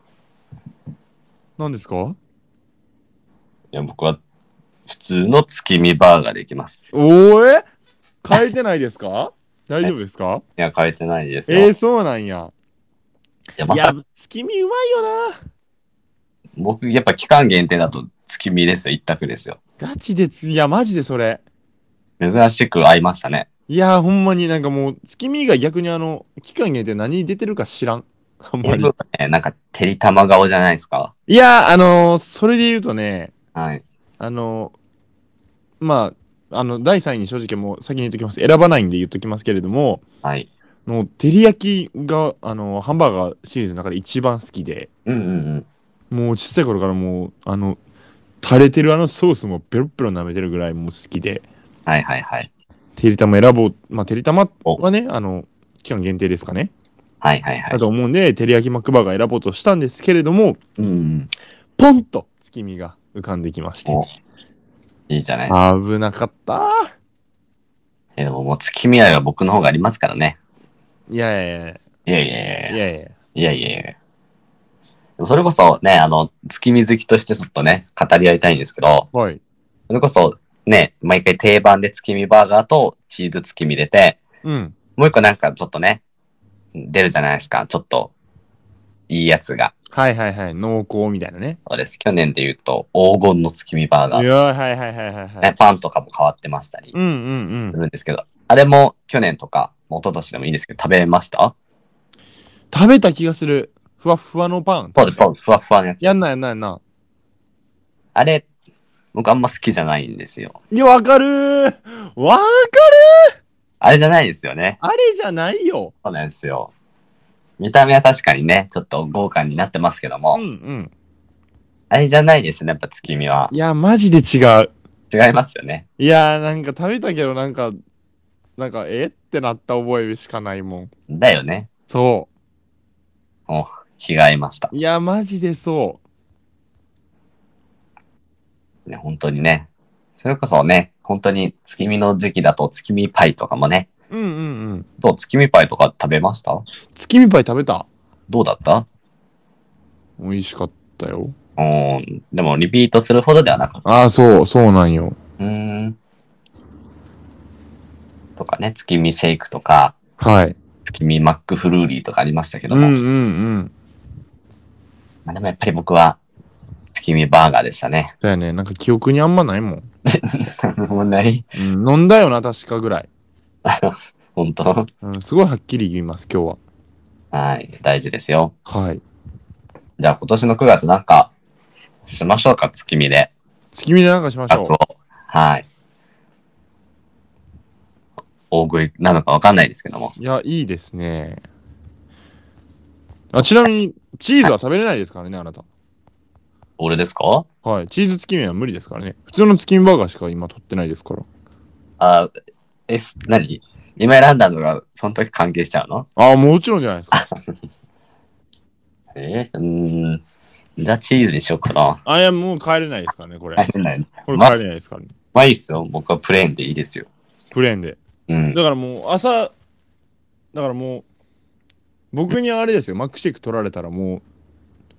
[SPEAKER 1] なんですか
[SPEAKER 2] いや、僕は普通の月見バーガーでいきます。い
[SPEAKER 1] おえ変えてないですか 大丈夫ですか
[SPEAKER 2] や、変えてないですよ。
[SPEAKER 1] え
[SPEAKER 2] い
[SPEAKER 1] ー、そうなんや。
[SPEAKER 2] や、ま
[SPEAKER 1] い
[SPEAKER 2] さ
[SPEAKER 1] や
[SPEAKER 2] か、、
[SPEAKER 1] 月見うまいよな。
[SPEAKER 2] 僕、やっぱ期間限定だと月見ですよ。一択ですよ。
[SPEAKER 1] ガチでつ、いや、マジでそれ。
[SPEAKER 2] 珍しく会いましたね。
[SPEAKER 1] いやー、ほんまになんかもう、月見以外逆にあの、期間限定何出てるか知らん。 あんまり。
[SPEAKER 2] えなんか、てりたま顔じゃないですか。
[SPEAKER 1] いやー、あのー、それで言うとね、
[SPEAKER 2] はい。
[SPEAKER 1] あのー、まあ、あの、第3位に正直もう先に言っときます。選ばないんで言っときますけれども、
[SPEAKER 2] はい。
[SPEAKER 1] の、照り焼きが、あのー、ハンバーガーシリーズの中で一番好きで、
[SPEAKER 2] うんうんうん。
[SPEAKER 1] もう小さい頃からもう、あの、垂れてるあのソースもペロッペロ舐めてるぐらいもう好きで、
[SPEAKER 2] はいはいはい。
[SPEAKER 1] てりたま選ぼう。まあ、てりたまはね、あの、期間限定ですかね。
[SPEAKER 2] はいはいはい
[SPEAKER 1] だ。と思うんで、照り焼きマックバーガー選ぼうとしたんですけれども、
[SPEAKER 2] うんうん。
[SPEAKER 1] ポンと月見が浮かんできまして。
[SPEAKER 2] おいいじゃないですか。
[SPEAKER 1] 危なかった。
[SPEAKER 2] えでももう月見愛は僕の方がありますからね。
[SPEAKER 1] いやいやい
[SPEAKER 2] いやいや
[SPEAKER 1] や。
[SPEAKER 2] い
[SPEAKER 1] い
[SPEAKER 2] や
[SPEAKER 1] やいや。
[SPEAKER 2] いやいやいや。でもそれこそね、あの、月見好きとしてちょっとね、語り合いたいんですけど、
[SPEAKER 1] はい。
[SPEAKER 2] それこそね、毎回定番で月見バーガーとチーズ月見出て、
[SPEAKER 1] うん。
[SPEAKER 2] もう一個なんかちょっとね、出るじゃないですか。ちょっと、いいやつが。
[SPEAKER 1] はいはいはい。濃厚みたいなね。
[SPEAKER 2] そうです。去年で言うと、黄金の月見バー
[SPEAKER 1] い
[SPEAKER 2] ガ
[SPEAKER 1] や
[SPEAKER 2] ー、
[SPEAKER 1] ー、はいはいはいはいは
[SPEAKER 2] ね
[SPEAKER 1] い。。
[SPEAKER 2] パンとかも変わってましたり
[SPEAKER 1] うんうんうん
[SPEAKER 2] す。るんですけど、あれも去年とか、一昨年でもいいんですけど、食べました
[SPEAKER 1] 食べた気がする。ふわっふわのパン。
[SPEAKER 2] そうです、そうです。ふわっふわのやつです。
[SPEAKER 1] やんなやんなやんな。
[SPEAKER 2] あれ、僕あんま好きじゃないんですよ。
[SPEAKER 1] いや、わかるー。わかる
[SPEAKER 2] あれじゃないですよね。
[SPEAKER 1] あれじゃないよ。
[SPEAKER 2] そうなんですよ。見た目は確かにね、ちょっと豪華になってますけども、
[SPEAKER 1] うんうん。。
[SPEAKER 2] あれじゃないですね、やっぱ月見はい
[SPEAKER 1] や、マジで違う。
[SPEAKER 2] 違いますよね。
[SPEAKER 1] いやー、なんか食べたけど、なんか、なんか、えってなった覚えしかないもん。
[SPEAKER 2] だよね。
[SPEAKER 1] そ
[SPEAKER 2] 着替えました。
[SPEAKER 1] う。いや、マジでそ
[SPEAKER 2] ね、本当にね。それこそね、本当に月見の時期だと月見パイとかもね。
[SPEAKER 1] う。うんうんうん。
[SPEAKER 2] どう月見パイとか食べました
[SPEAKER 1] 月見パイ食べた
[SPEAKER 2] どうだった
[SPEAKER 1] 美味しかったよ。
[SPEAKER 2] うーん。でもリピートするほどではなかっ
[SPEAKER 1] ああ、そう、そうなんよ。
[SPEAKER 2] た。うーん。とかね、月見シェイクとか、
[SPEAKER 1] はい。
[SPEAKER 2] 月見マックフルーリーとかありましたけど
[SPEAKER 1] うん
[SPEAKER 2] も。
[SPEAKER 1] うんうん。
[SPEAKER 2] まあ、でもやっぱり僕は月見バーガーでしたね。
[SPEAKER 1] だよね。なんか記憶にあんまないもん。
[SPEAKER 2] もうない
[SPEAKER 1] うん、飲んだよな、確かぐらい。
[SPEAKER 2] 本当
[SPEAKER 1] うん、すごいはっきり言います、今日
[SPEAKER 2] はい。大事ですよ。
[SPEAKER 1] は。はい。
[SPEAKER 2] じゃあ今年の9月なんか、しましょうか、月見で。
[SPEAKER 1] 月見でなんかしまし
[SPEAKER 2] 企
[SPEAKER 1] ょ
[SPEAKER 2] 画を。はい。大食いなのかわかんないですけども。
[SPEAKER 1] う。いや、いいですね。あ、ちなみに、チーズは食べれないですからね、あなた。
[SPEAKER 2] 俺ですか
[SPEAKER 1] はい。チーズ月見は無理ですからね。普通の月見バーガーしか今取ってないですから。
[SPEAKER 2] あ、え、す何今選んだのが、その時関係しちゃうの
[SPEAKER 1] ああ、もちろんじゃないですか。
[SPEAKER 2] えー、うーん。じゃあチーズにしようかな。
[SPEAKER 1] あ、いや、もう帰れないですからね、これ。
[SPEAKER 2] 大変だよね。
[SPEAKER 1] これ帰れないですからね。
[SPEAKER 2] まあいいっすよ。僕はプレーンでいいですよ。
[SPEAKER 1] プレーンで。
[SPEAKER 2] うん。
[SPEAKER 1] だからもう、朝、だからもう、僕にあれですよ、マックシェイク取られたらもう、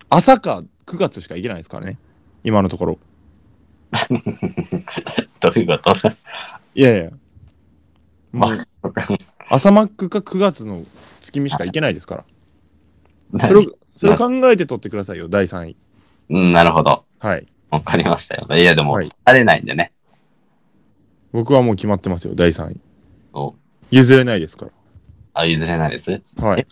[SPEAKER 1] 朝か9月しか行けないですからね。今のところ。
[SPEAKER 2] どういうこと
[SPEAKER 1] いやいや。
[SPEAKER 2] ま
[SPEAKER 1] もう朝マックか9月の月見しか行けないですから。
[SPEAKER 2] あ
[SPEAKER 1] それをそれを考えて取ってくださいよ、第3位。
[SPEAKER 2] うん、なるほど。
[SPEAKER 1] はい。
[SPEAKER 2] わかりましたよ。いや、でも、
[SPEAKER 1] はい
[SPEAKER 2] 慣れないんでね。
[SPEAKER 1] 僕はもう決まってますよ、第3位。
[SPEAKER 2] お
[SPEAKER 1] 譲れないですか
[SPEAKER 2] あ、譲れないです。
[SPEAKER 1] ら。はい。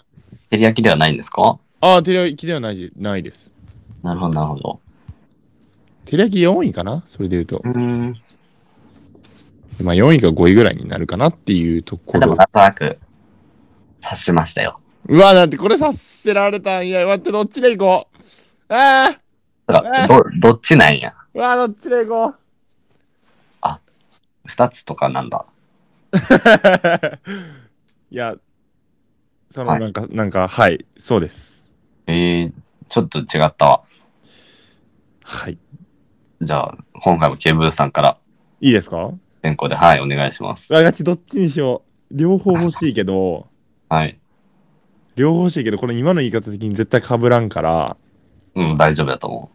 [SPEAKER 2] 照り焼きではないんですか
[SPEAKER 1] ああ、照り焼きではないじないです。
[SPEAKER 2] なるほど、なるほど。
[SPEAKER 1] 照り焼き4位かなそれで言うと
[SPEAKER 2] う。ーん。
[SPEAKER 1] まあ4位か5位ぐらいになるかなっていうとこ
[SPEAKER 2] でも、
[SPEAKER 1] ろ
[SPEAKER 2] な。んとなく、察しましたよ。
[SPEAKER 1] うわ、なんてこれさせられたんや。待って、どっちで行こう。ああ、
[SPEAKER 2] だからど、どっちなんや。
[SPEAKER 1] うわ、どっちで行こう。
[SPEAKER 2] 二つとかなんだ。
[SPEAKER 1] いや、そ
[SPEAKER 2] は
[SPEAKER 1] のな
[SPEAKER 2] い
[SPEAKER 1] んか、なんか、はい、そうです。
[SPEAKER 2] えー、ちょっと違ったわ。
[SPEAKER 1] はい。
[SPEAKER 2] じゃあ、今回もケーブルさんから
[SPEAKER 1] いいですか
[SPEAKER 2] 先行で、はい、お願いします。
[SPEAKER 1] わがちどっちにしよう。両方欲しいけど、
[SPEAKER 2] はい。
[SPEAKER 1] 両方欲しいけど、これ今の言い方的に絶対被らんから、
[SPEAKER 2] うん、大丈夫だと思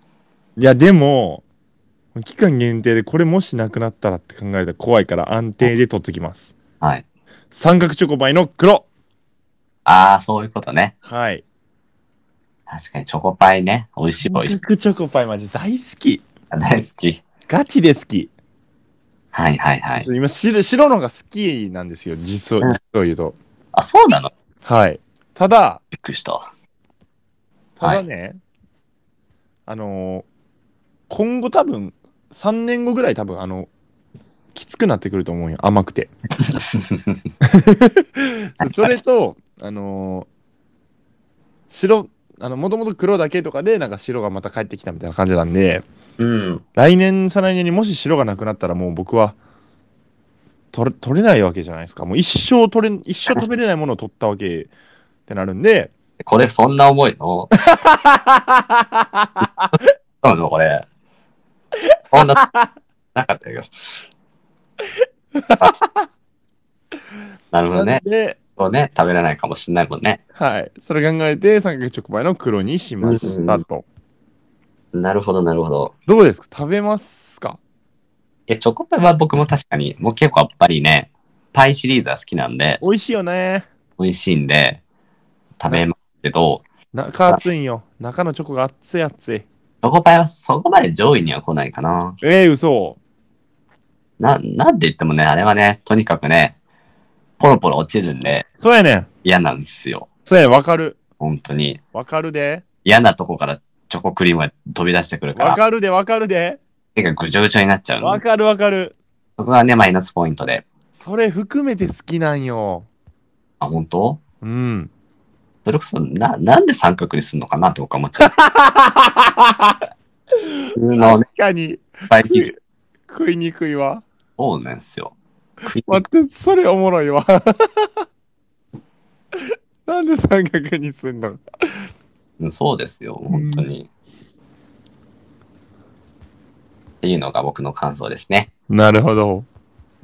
[SPEAKER 1] いや、でも、期間限定でこれもしなくなったらって考えたら怖いから安定で取っときます。
[SPEAKER 2] う。はい。
[SPEAKER 1] 三角チョコパイの黒
[SPEAKER 2] ああ、そういうことね。
[SPEAKER 1] はい。
[SPEAKER 2] 確かに、チョコパイね。美味しい、美味しい
[SPEAKER 1] 三。角チョコパイマジ大好き。
[SPEAKER 2] 大好き。
[SPEAKER 1] ガチで好き。
[SPEAKER 2] はい、はい、は
[SPEAKER 1] ちょ
[SPEAKER 2] い
[SPEAKER 1] っ。と今白、白のが好きなんですよ、実を、
[SPEAKER 2] うん
[SPEAKER 1] 実を言うと。
[SPEAKER 2] あ、そうなの
[SPEAKER 1] はい。ただ、
[SPEAKER 2] びっくりした。
[SPEAKER 1] ただね、あのー今後多分、3年後ぐらい多分、あの、きつくなってくると思うよ、甘く て。そうそれと、あのー白、あの、もともと黒だけとかで、なんか白がまた帰ってきたみたいな感じなんで、
[SPEAKER 2] うん。
[SPEAKER 1] 来年、再来年にもし白がなくなったら、もう僕は、取れ、取れないわけじゃないですか。もう一生取れ、一生食べれないものを取ったわけってなるんで、
[SPEAKER 2] これ、そんな重いのそうなの、これ。そんな、なかったよ。なるほど
[SPEAKER 1] なん
[SPEAKER 2] ね。
[SPEAKER 1] で、
[SPEAKER 2] そうね、食べれないかもしれないもんね。
[SPEAKER 1] はい。それ考えて、三角直売の黒にしましたと。
[SPEAKER 2] なるほど、なるほど。
[SPEAKER 1] どうですか食べますか
[SPEAKER 2] いや、チョコパイは僕も確かに、もう結構やっぱりね、パイシリーズは好きなんで、
[SPEAKER 1] 美味しいよね。
[SPEAKER 2] 美味しいんで、食べますけど、
[SPEAKER 1] 中熱いんよ。中のチョコが熱い熱い。
[SPEAKER 2] チョコパイはそこまで上位には来ないかな。
[SPEAKER 1] えー、嘘。
[SPEAKER 2] な、なんて言ってもね、あれはね、とにかくね、ポロポロ落ちるんで
[SPEAKER 1] そうやねん。
[SPEAKER 2] 嫌なんですよ。
[SPEAKER 1] そうやねん。わかる。
[SPEAKER 2] 本当に。
[SPEAKER 1] わかるで。
[SPEAKER 2] 嫌なとこからチョコクリームが飛び出してくるか
[SPEAKER 1] わ
[SPEAKER 2] ら、
[SPEAKER 1] かるで、わかるで。
[SPEAKER 2] 手がぐちょぐちょになっちゃうの
[SPEAKER 1] わ。かるわかる。
[SPEAKER 2] そこがね、マイナスポイントで。
[SPEAKER 1] それ含めて好きなんよ。
[SPEAKER 2] あ、本当
[SPEAKER 1] うん。
[SPEAKER 2] それこそ、な、なんで三角にするのかなって僕は思っちゃう。 普通のね、
[SPEAKER 1] 確かに。
[SPEAKER 2] バイ
[SPEAKER 1] 食
[SPEAKER 2] キン
[SPEAKER 1] い食いにくいわ。
[SPEAKER 2] そうなんですよ。食い
[SPEAKER 1] 待って、それおもろいわ。 なんで三角にすんの
[SPEAKER 2] うんそうですよ、本当に。っていうのが僕の感想ですね。
[SPEAKER 1] なるほど。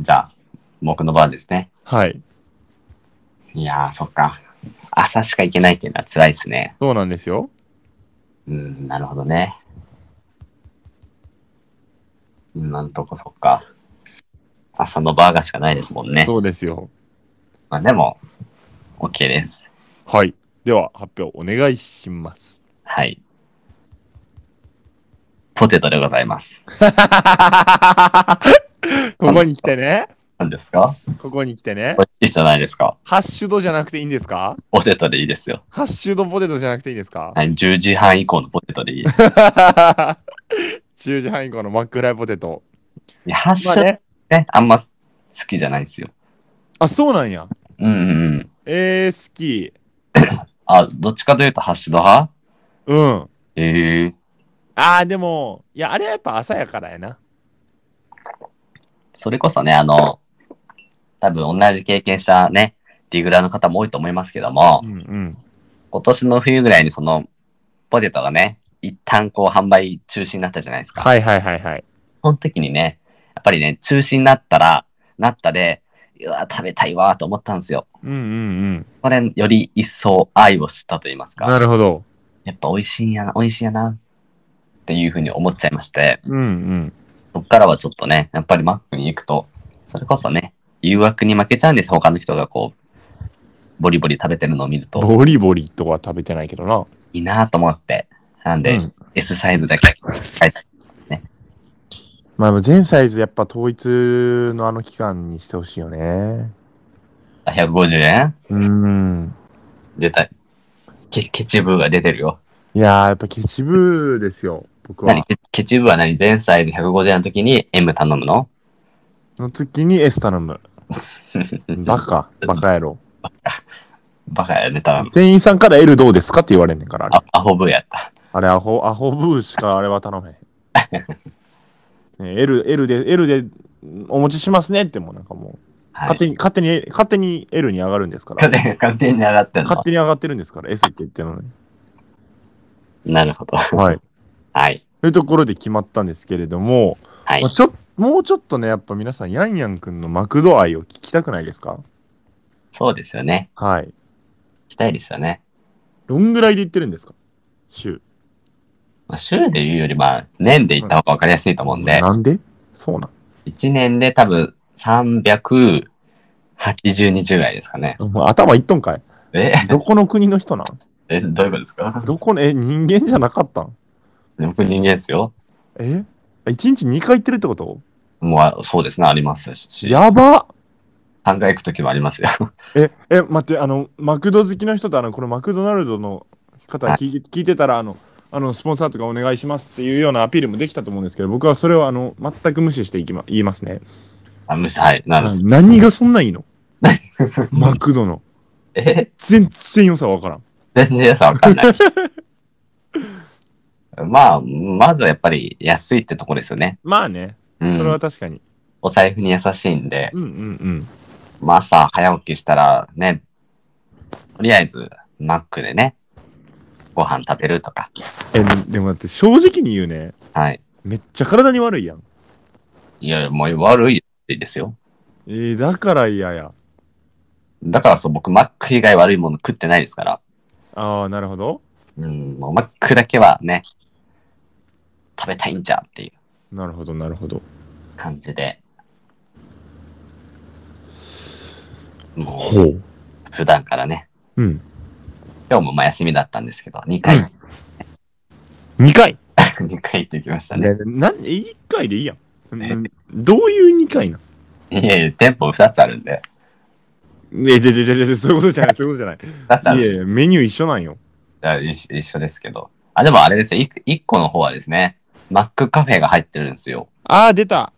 [SPEAKER 2] じゃあ、僕の番ですね。
[SPEAKER 1] はい。
[SPEAKER 2] いやー、そっか。朝しか行けないっていうのは辛いですね。
[SPEAKER 1] そうなんですよ。
[SPEAKER 2] うん、なるほどね。うんなんとこそっか。朝のバーガーしかないですもんね。
[SPEAKER 1] そうですよ。
[SPEAKER 2] まあでも、OK です。
[SPEAKER 1] はい。 では、発表お願いします。
[SPEAKER 2] はい。ポテトでございます。
[SPEAKER 1] ここに来てね。
[SPEAKER 2] 何ですか
[SPEAKER 1] ここに来てね
[SPEAKER 2] 美。味しいじゃないですか。
[SPEAKER 1] ハッシュドじゃなくていいんですか
[SPEAKER 2] ポテトでいいですよ。
[SPEAKER 1] ハッシュドポテトじゃなくていいんですか
[SPEAKER 2] はい、10時半以降のポテトで いいです。い
[SPEAKER 1] ?10 時半以降のマックフライポテト。
[SPEAKER 2] や、ハッシ
[SPEAKER 1] まあ
[SPEAKER 2] ュ
[SPEAKER 1] ね。
[SPEAKER 2] ね、あんま好きじゃないんですよ。
[SPEAKER 1] あ、そうなんや。
[SPEAKER 2] うんうんうん。
[SPEAKER 1] えー、好き。
[SPEAKER 2] あ、どっちかというとハッシュド派
[SPEAKER 1] うん。
[SPEAKER 2] ええ
[SPEAKER 1] あー、でも、いや、あれはやっぱ朝やからやな。
[SPEAKER 2] それこそね、あの、多分同じ経験したね、ディグラの方も多いと思いますけども、
[SPEAKER 1] うんうん。
[SPEAKER 2] 今年の冬ぐらいにその、ポテトがね、一旦こう販売中止になったじゃないですか。
[SPEAKER 1] はいはいはいはい。
[SPEAKER 2] その時にね、やっぱりね、中止になったら、なったで、うわ、食べたいわ、と思ったんですよ。
[SPEAKER 1] うんうん
[SPEAKER 2] これ、より一層愛を知ったと言います
[SPEAKER 1] うん。な
[SPEAKER 2] か、
[SPEAKER 1] るほど。
[SPEAKER 2] やっぱ美味しいんやな、美味しいんやな、っていうふうに思っちゃいまして、
[SPEAKER 1] うんうん。
[SPEAKER 2] そっからはちょっとね、やっぱりマックに行くと、それこそね、誘惑に負けちゃうんです、他の人がこう、ボリボリ食べてるのを見ると、
[SPEAKER 1] ボリボリとは食べてないけどな。
[SPEAKER 2] いいなと思って、なん
[SPEAKER 1] う
[SPEAKER 2] で、
[SPEAKER 1] ん
[SPEAKER 2] S サイズだけ、はい、
[SPEAKER 1] まあ、全サイズやっぱ統一のあの期間にしてほしいよね。
[SPEAKER 2] 150円
[SPEAKER 1] うん。
[SPEAKER 2] 出た。ケケチブーが出てるよ。
[SPEAKER 1] いやー、やっぱケチブーですよ、僕は
[SPEAKER 2] 何。ケケチブーは何全サイズ150円の時に M 頼むの
[SPEAKER 1] の月に S 頼む。バカ、バカ野郎。
[SPEAKER 2] バカやね、頼む。
[SPEAKER 1] 店員さんから L どうですかって言われんねんから、あれ。
[SPEAKER 2] あ、アホブーやった。
[SPEAKER 1] あれアホ、アホブーしかあれは頼めへ ん。ね、L、L で、L でお持ちしますねってもうなんかもう、
[SPEAKER 2] はい
[SPEAKER 1] 勝。手に、勝手に、勝手に L に上がるんですから。
[SPEAKER 2] 勝手に勝手に上がって ん
[SPEAKER 1] 勝
[SPEAKER 2] の。
[SPEAKER 1] 手に上がってるんですから、S って言ってるのに。
[SPEAKER 2] なるほど。
[SPEAKER 1] はい。
[SPEAKER 2] はい。
[SPEAKER 1] というところで決まったんですけれども、
[SPEAKER 2] はい
[SPEAKER 1] まあ。ちょもうちょっとね、やっぱ皆さん、ヤンヤンくんのマクド愛を聞きたくないですか
[SPEAKER 2] そうですよね。
[SPEAKER 1] はい。
[SPEAKER 2] 期待ですよね。
[SPEAKER 1] どんぐらいで言ってるんですか週。
[SPEAKER 2] まあ、週で言うより、まあ、年で言った方が分かりやすいと思うんで、
[SPEAKER 1] なんでそうなん
[SPEAKER 2] 1年で多分380日ぐらいですかね。
[SPEAKER 1] お前頭いっとんかい
[SPEAKER 2] え、
[SPEAKER 1] どこの国の人なん
[SPEAKER 2] え、どういうことですか
[SPEAKER 1] どこの、え、人間じゃなかったん
[SPEAKER 2] 僕人間ですよ。
[SPEAKER 1] え ?1 日2回行ってるってこと
[SPEAKER 2] もうあ、そうですね、ありますし、
[SPEAKER 1] やば
[SPEAKER 2] 3回行くときもありますよ。
[SPEAKER 1] え、え、待って、あの、マクド好きの人と、あの、このマクドナルドの方
[SPEAKER 2] はい
[SPEAKER 1] 聞い聞いてたら、あの、あの、スポンサーとかお願いしますっていうようなアピールもできたと思うんですけど、僕はそれを、あの、全く無視していきま、言いますね。
[SPEAKER 2] あ、むしはい、なんです。
[SPEAKER 1] 何がそんないいのマ
[SPEAKER 2] ま、
[SPEAKER 1] クドの。
[SPEAKER 2] え
[SPEAKER 1] 全然良さわからん。
[SPEAKER 2] 全然皆さんわかんない。 まあ、まずはやっぱり安いってとこですよね。
[SPEAKER 1] まあね、
[SPEAKER 2] う
[SPEAKER 1] それは
[SPEAKER 2] ん。
[SPEAKER 1] 確かに。
[SPEAKER 2] お財布に優しいんで、
[SPEAKER 1] うんうんうん。
[SPEAKER 2] まあ朝早起きしたらね、とりあえずマックでね、ご飯食べるとか。
[SPEAKER 1] え、でもだって正直に言うね、
[SPEAKER 2] はい。
[SPEAKER 1] めっちゃ体に悪いやん。
[SPEAKER 2] いや、もう悪いですよ。
[SPEAKER 1] えー、だから嫌や。
[SPEAKER 2] だからそう、僕、マック以外悪いもの食ってないですから。
[SPEAKER 1] ああ、なるほど。
[SPEAKER 2] うん、もうマックだけはね、食べたいんじゃんっていう
[SPEAKER 1] なるほど、なるほど。
[SPEAKER 2] 感じで。もう、
[SPEAKER 1] ほう。
[SPEAKER 2] 普段からね、
[SPEAKER 1] うん。
[SPEAKER 2] 今日もまあ休みだったんですけど、2回、
[SPEAKER 1] うん2回
[SPEAKER 2] 2回行ってきましたね。
[SPEAKER 1] なん1回でいいやん。うんどういう2回なん
[SPEAKER 2] いやいや、店舗2つあるんで、
[SPEAKER 1] え、じゃじゃじゃじゃそういうことじ ゃない、そういうことじゃない。
[SPEAKER 2] 2つあるん
[SPEAKER 1] い
[SPEAKER 2] で
[SPEAKER 1] やいや、メニュー一緒なんよ。
[SPEAKER 2] あ一一緒ですけど。あ、でもあれですよ、1, 個の方はですね、マックカフェが入ってるんですよ。
[SPEAKER 1] ああ、出た。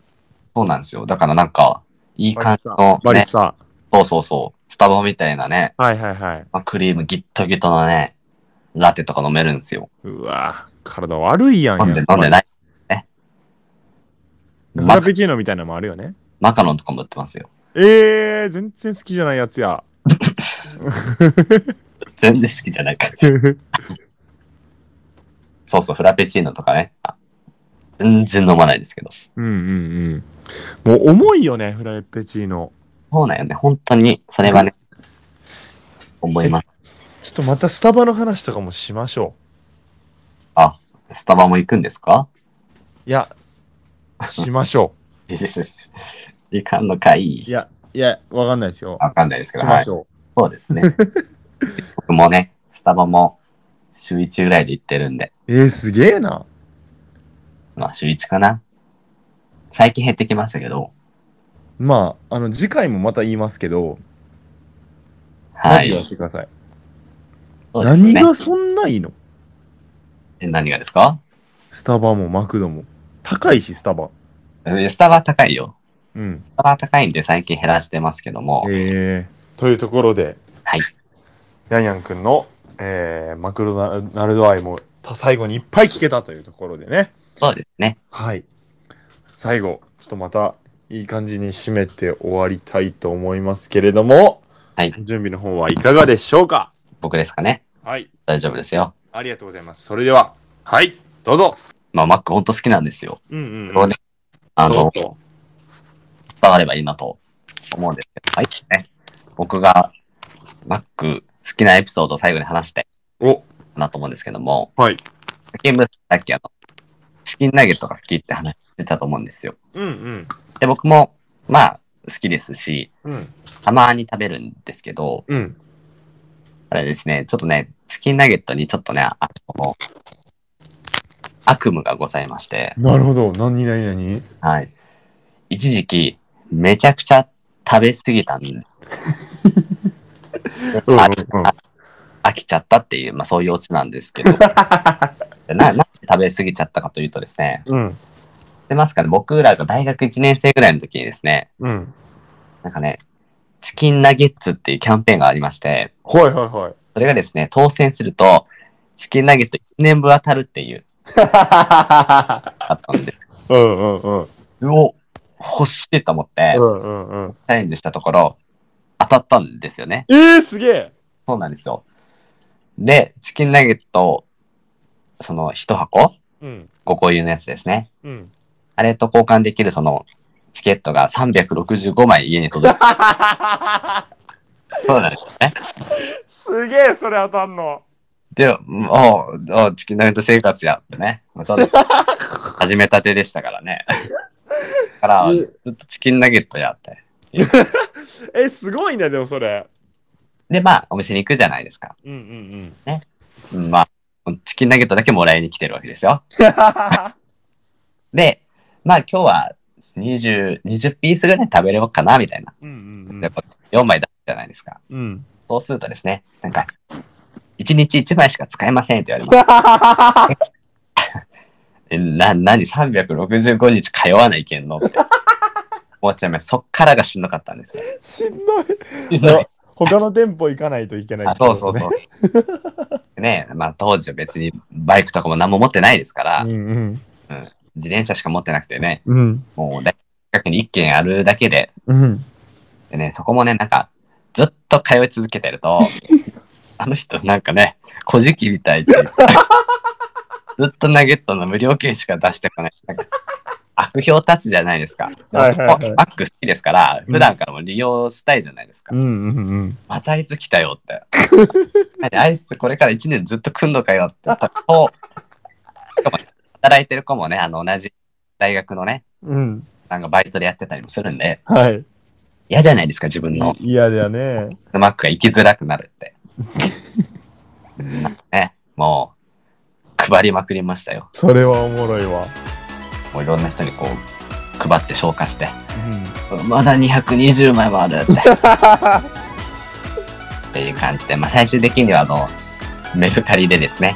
[SPEAKER 2] そうなんですよ。だからなんか、いい感じの、
[SPEAKER 1] バリ
[SPEAKER 2] ね
[SPEAKER 1] ス、タ。
[SPEAKER 2] そうそうそう、スタバみたいなね、
[SPEAKER 1] はいはいはい。
[SPEAKER 2] まあ、クリームギットギットのね、ラテとか飲めるんですよ。
[SPEAKER 1] うわぁ、体悪いやん。
[SPEAKER 2] 飲んで
[SPEAKER 1] やっぱ
[SPEAKER 2] 飲ん
[SPEAKER 1] り
[SPEAKER 2] でない。ね。
[SPEAKER 1] フ
[SPEAKER 2] マ
[SPEAKER 1] ラ
[SPEAKER 2] カ
[SPEAKER 1] ペチーノみたいなのもあるよね。
[SPEAKER 2] マカロンとかも売ってますよ。
[SPEAKER 1] えー、全然好きじゃないやつ や。
[SPEAKER 2] 全然好きじゃないから。そうそう、フラペチーノとかね。あ全然飲まないですけど。
[SPEAKER 1] うんうんうん。もう重いよね、フラペチーノ。
[SPEAKER 2] そうだよね。本当に、それはね、思いま
[SPEAKER 1] ちょっとまたスタバの話とかもしましょ
[SPEAKER 2] す。スタバも行くんですか
[SPEAKER 1] う。いや、しましょ
[SPEAKER 2] 行かんのかい
[SPEAKER 1] 。
[SPEAKER 2] う
[SPEAKER 1] いや、いや、わかんないですよ。
[SPEAKER 2] わかんないですけど、
[SPEAKER 1] し
[SPEAKER 2] は
[SPEAKER 1] ま
[SPEAKER 2] い
[SPEAKER 1] し。ょ
[SPEAKER 2] そうで すね。僕もね、スタバも週1ぐらいで行ってるんで、
[SPEAKER 1] う。えー、すげえな。
[SPEAKER 2] まあ週1かな。最近減ってきましたけど、
[SPEAKER 1] まあ、あの、次回もまた言いますけど、
[SPEAKER 2] は
[SPEAKER 1] マジ
[SPEAKER 2] い
[SPEAKER 1] でや。ってください。
[SPEAKER 2] そうです
[SPEAKER 1] 何
[SPEAKER 2] ね
[SPEAKER 1] がそんないいの
[SPEAKER 2] え何がですか
[SPEAKER 1] スタバもマクドも。高いし、スタバ。
[SPEAKER 2] えスタバ高いよ。
[SPEAKER 1] うん。
[SPEAKER 2] スタバ高いんで最近減らしてますけども、
[SPEAKER 1] えー、というところで、
[SPEAKER 2] はい。
[SPEAKER 1] ヤンヤン君の、えー、マクドナルド愛もた最後にいっぱい聞けたというところでね。
[SPEAKER 2] そうですね。
[SPEAKER 1] はい。最後、ちょっとまたいい感じに締めて終わりたいと思いますけれども、
[SPEAKER 2] はい
[SPEAKER 1] 準備の方はいかがでしょうか
[SPEAKER 2] 僕ですかね。
[SPEAKER 1] はい。
[SPEAKER 2] 大丈夫ですよ。
[SPEAKER 1] ありがとうございます。それでは、はい、どうぞ。
[SPEAKER 2] まあ、マックほんと好きなんですよ。
[SPEAKER 1] うんうん、
[SPEAKER 2] そうねあの、
[SPEAKER 1] そうそ
[SPEAKER 2] 伝わればいいなと思うんですけど、はい、ね。僕がマック好きなエピソードを最後に話して
[SPEAKER 1] うお、
[SPEAKER 2] なと思うんですけども、
[SPEAKER 1] はい。
[SPEAKER 2] 先ほどさっきあの、チキンナゲットが好きって話してたと思うんですよ。
[SPEAKER 1] うんうん。
[SPEAKER 2] で、僕も、まあ、好きですし、
[SPEAKER 1] うん。
[SPEAKER 2] たまに食べるんですけど、
[SPEAKER 1] うん。
[SPEAKER 2] あれですね、ちょっとね、チキンナゲットにちょっとね、あの、悪夢がございまして、
[SPEAKER 1] なるほど。何何何
[SPEAKER 2] はい。一時期、めちゃくちゃ食べ過ぎたんで
[SPEAKER 1] うんうん
[SPEAKER 2] あ
[SPEAKER 1] うん
[SPEAKER 2] あ飽きちゃったっていう、まあそういうオチなんです けど、ななんで食べ過ぎちゃったかというとですね、
[SPEAKER 1] うん。
[SPEAKER 2] 知ってますかね、僕らが大学1年生ぐらいの時にですね、
[SPEAKER 1] うん。
[SPEAKER 2] なんかね、チキンナゲッツっていうキャンペーンがありまして、
[SPEAKER 1] はいはいはい。
[SPEAKER 2] それがですね、当選すると、チキンナゲット1年分当たるっていう、あったんで、
[SPEAKER 1] うんうんうん。
[SPEAKER 2] うお、欲しいと思って、
[SPEAKER 1] うんうんうん。
[SPEAKER 2] チャレンジしたところ、当たったんですよね。
[SPEAKER 1] えー、すげえ
[SPEAKER 2] そうなんですよ。で、チキンナゲット、その1箱
[SPEAKER 1] うん。
[SPEAKER 2] ?5 個入りのやつですね。
[SPEAKER 1] うん。
[SPEAKER 2] あれと交換できるそのチケットが365枚家に 届いてそうなんですよね。
[SPEAKER 1] すげえ、それ当たんの。
[SPEAKER 2] で、うんおうおうチキンナゲット生活やってね。まあちょっと始めたてでしたからね。だから、
[SPEAKER 1] え
[SPEAKER 2] ずっとチキンナゲットやって。
[SPEAKER 1] え、すごいね、でもそれ。
[SPEAKER 2] で、まあ、お店に行くじゃないですか。
[SPEAKER 1] うん うん
[SPEAKER 2] うんまあ、チキンナゲットだけもらいに来てるわけですよ。で、まあ今日は20、20ピースぐらい食べれようかな、みたいな。
[SPEAKER 1] うん。うんうんう
[SPEAKER 2] やっ
[SPEAKER 1] ん。
[SPEAKER 2] ぱ4枚だじゃないですか。
[SPEAKER 1] うん。
[SPEAKER 2] そうするとですね、なんか、1日1枚しか使えませんって言われます。えな、何365日通わないけん のって思っちゃいます。そっからがしんどかったんですよ。
[SPEAKER 1] しんどい。他の店舗行かないといけない
[SPEAKER 2] あ
[SPEAKER 1] ってこ
[SPEAKER 2] そう
[SPEAKER 1] と
[SPEAKER 2] そう
[SPEAKER 1] ね、
[SPEAKER 2] そう。 ねまあ当時は別にバイクとかも何も持ってないですから、
[SPEAKER 1] うんうん。
[SPEAKER 2] 自転車しか持ってなくてね、
[SPEAKER 1] うん。
[SPEAKER 2] もう大学近くに1軒あるだけで、
[SPEAKER 1] うん。
[SPEAKER 2] でね、そこもね、なんか、ずっと通い続けてる と、あの人なんかね、小じきみた いって言って、ずっとナゲットの無料券しか出してこない。なんか悪評立つじゃないですか。
[SPEAKER 1] はいはいはい
[SPEAKER 2] でもマック好きですから、普段からも利用したいじゃないですか。
[SPEAKER 1] うんうんうん。
[SPEAKER 2] またあいつ来たよって。 何あいつこれから1年ずっと来んのかよって。こうしかも働いてる子もね、あの同じ大学のね、
[SPEAKER 1] うん。
[SPEAKER 2] なんかバイトでやってたりもするんで、
[SPEAKER 1] はい。
[SPEAKER 2] 嫌じゃないですか、自分の
[SPEAKER 1] 嫌だね。
[SPEAKER 2] マックが行きづらくなるって。ね、もう、配りまくりましたよ。
[SPEAKER 1] それはおもろいわ。
[SPEAKER 2] もういろんな人にこう、配って消化して。まだ220枚もあるって。っていう感じで、まあ最終的にはあの、メルカリでですね、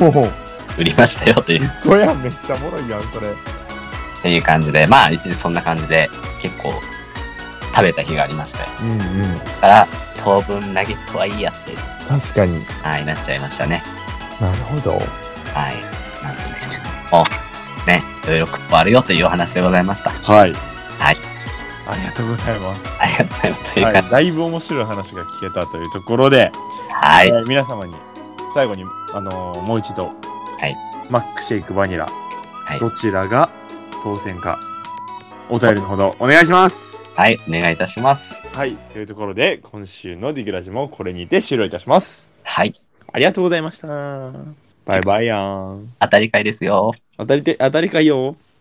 [SPEAKER 1] うん。 もう、
[SPEAKER 2] 売りましたよという、っ
[SPEAKER 1] 嘘やん、めっちゃおもろいやん、それ。
[SPEAKER 2] ていう感じで、まあ一時そんな感じで結構食べた日がありましたよ。
[SPEAKER 1] うんうん。
[SPEAKER 2] だから、当分ナゲットはいいやって、
[SPEAKER 1] 確かに。
[SPEAKER 2] はい、なっちゃいましたね。
[SPEAKER 1] なるほど。
[SPEAKER 2] はい。なんでね、もう、ね、いろいろクッパあるよというお話でございました。
[SPEAKER 1] はい。
[SPEAKER 2] はい。
[SPEAKER 1] ありがとうございます。
[SPEAKER 2] ありがとうございます。という
[SPEAKER 1] は
[SPEAKER 2] 感
[SPEAKER 1] い、だいぶ面白い話が聞けたというところで、
[SPEAKER 2] じ。はい。
[SPEAKER 1] え
[SPEAKER 2] はい。
[SPEAKER 1] ー皆様に最後に、あのーもう一度、
[SPEAKER 2] い
[SPEAKER 1] マックシェイクバニラ、どちらが当選かお便りのほどお願いします
[SPEAKER 2] はい。お願いいたします。
[SPEAKER 1] はいというところで今週のディグラジもこれにて終了いたします
[SPEAKER 2] はい。
[SPEAKER 1] ありがとうございましたバイバイやん
[SPEAKER 2] 当たり会ですよ。
[SPEAKER 1] 当たりて当たりかいよ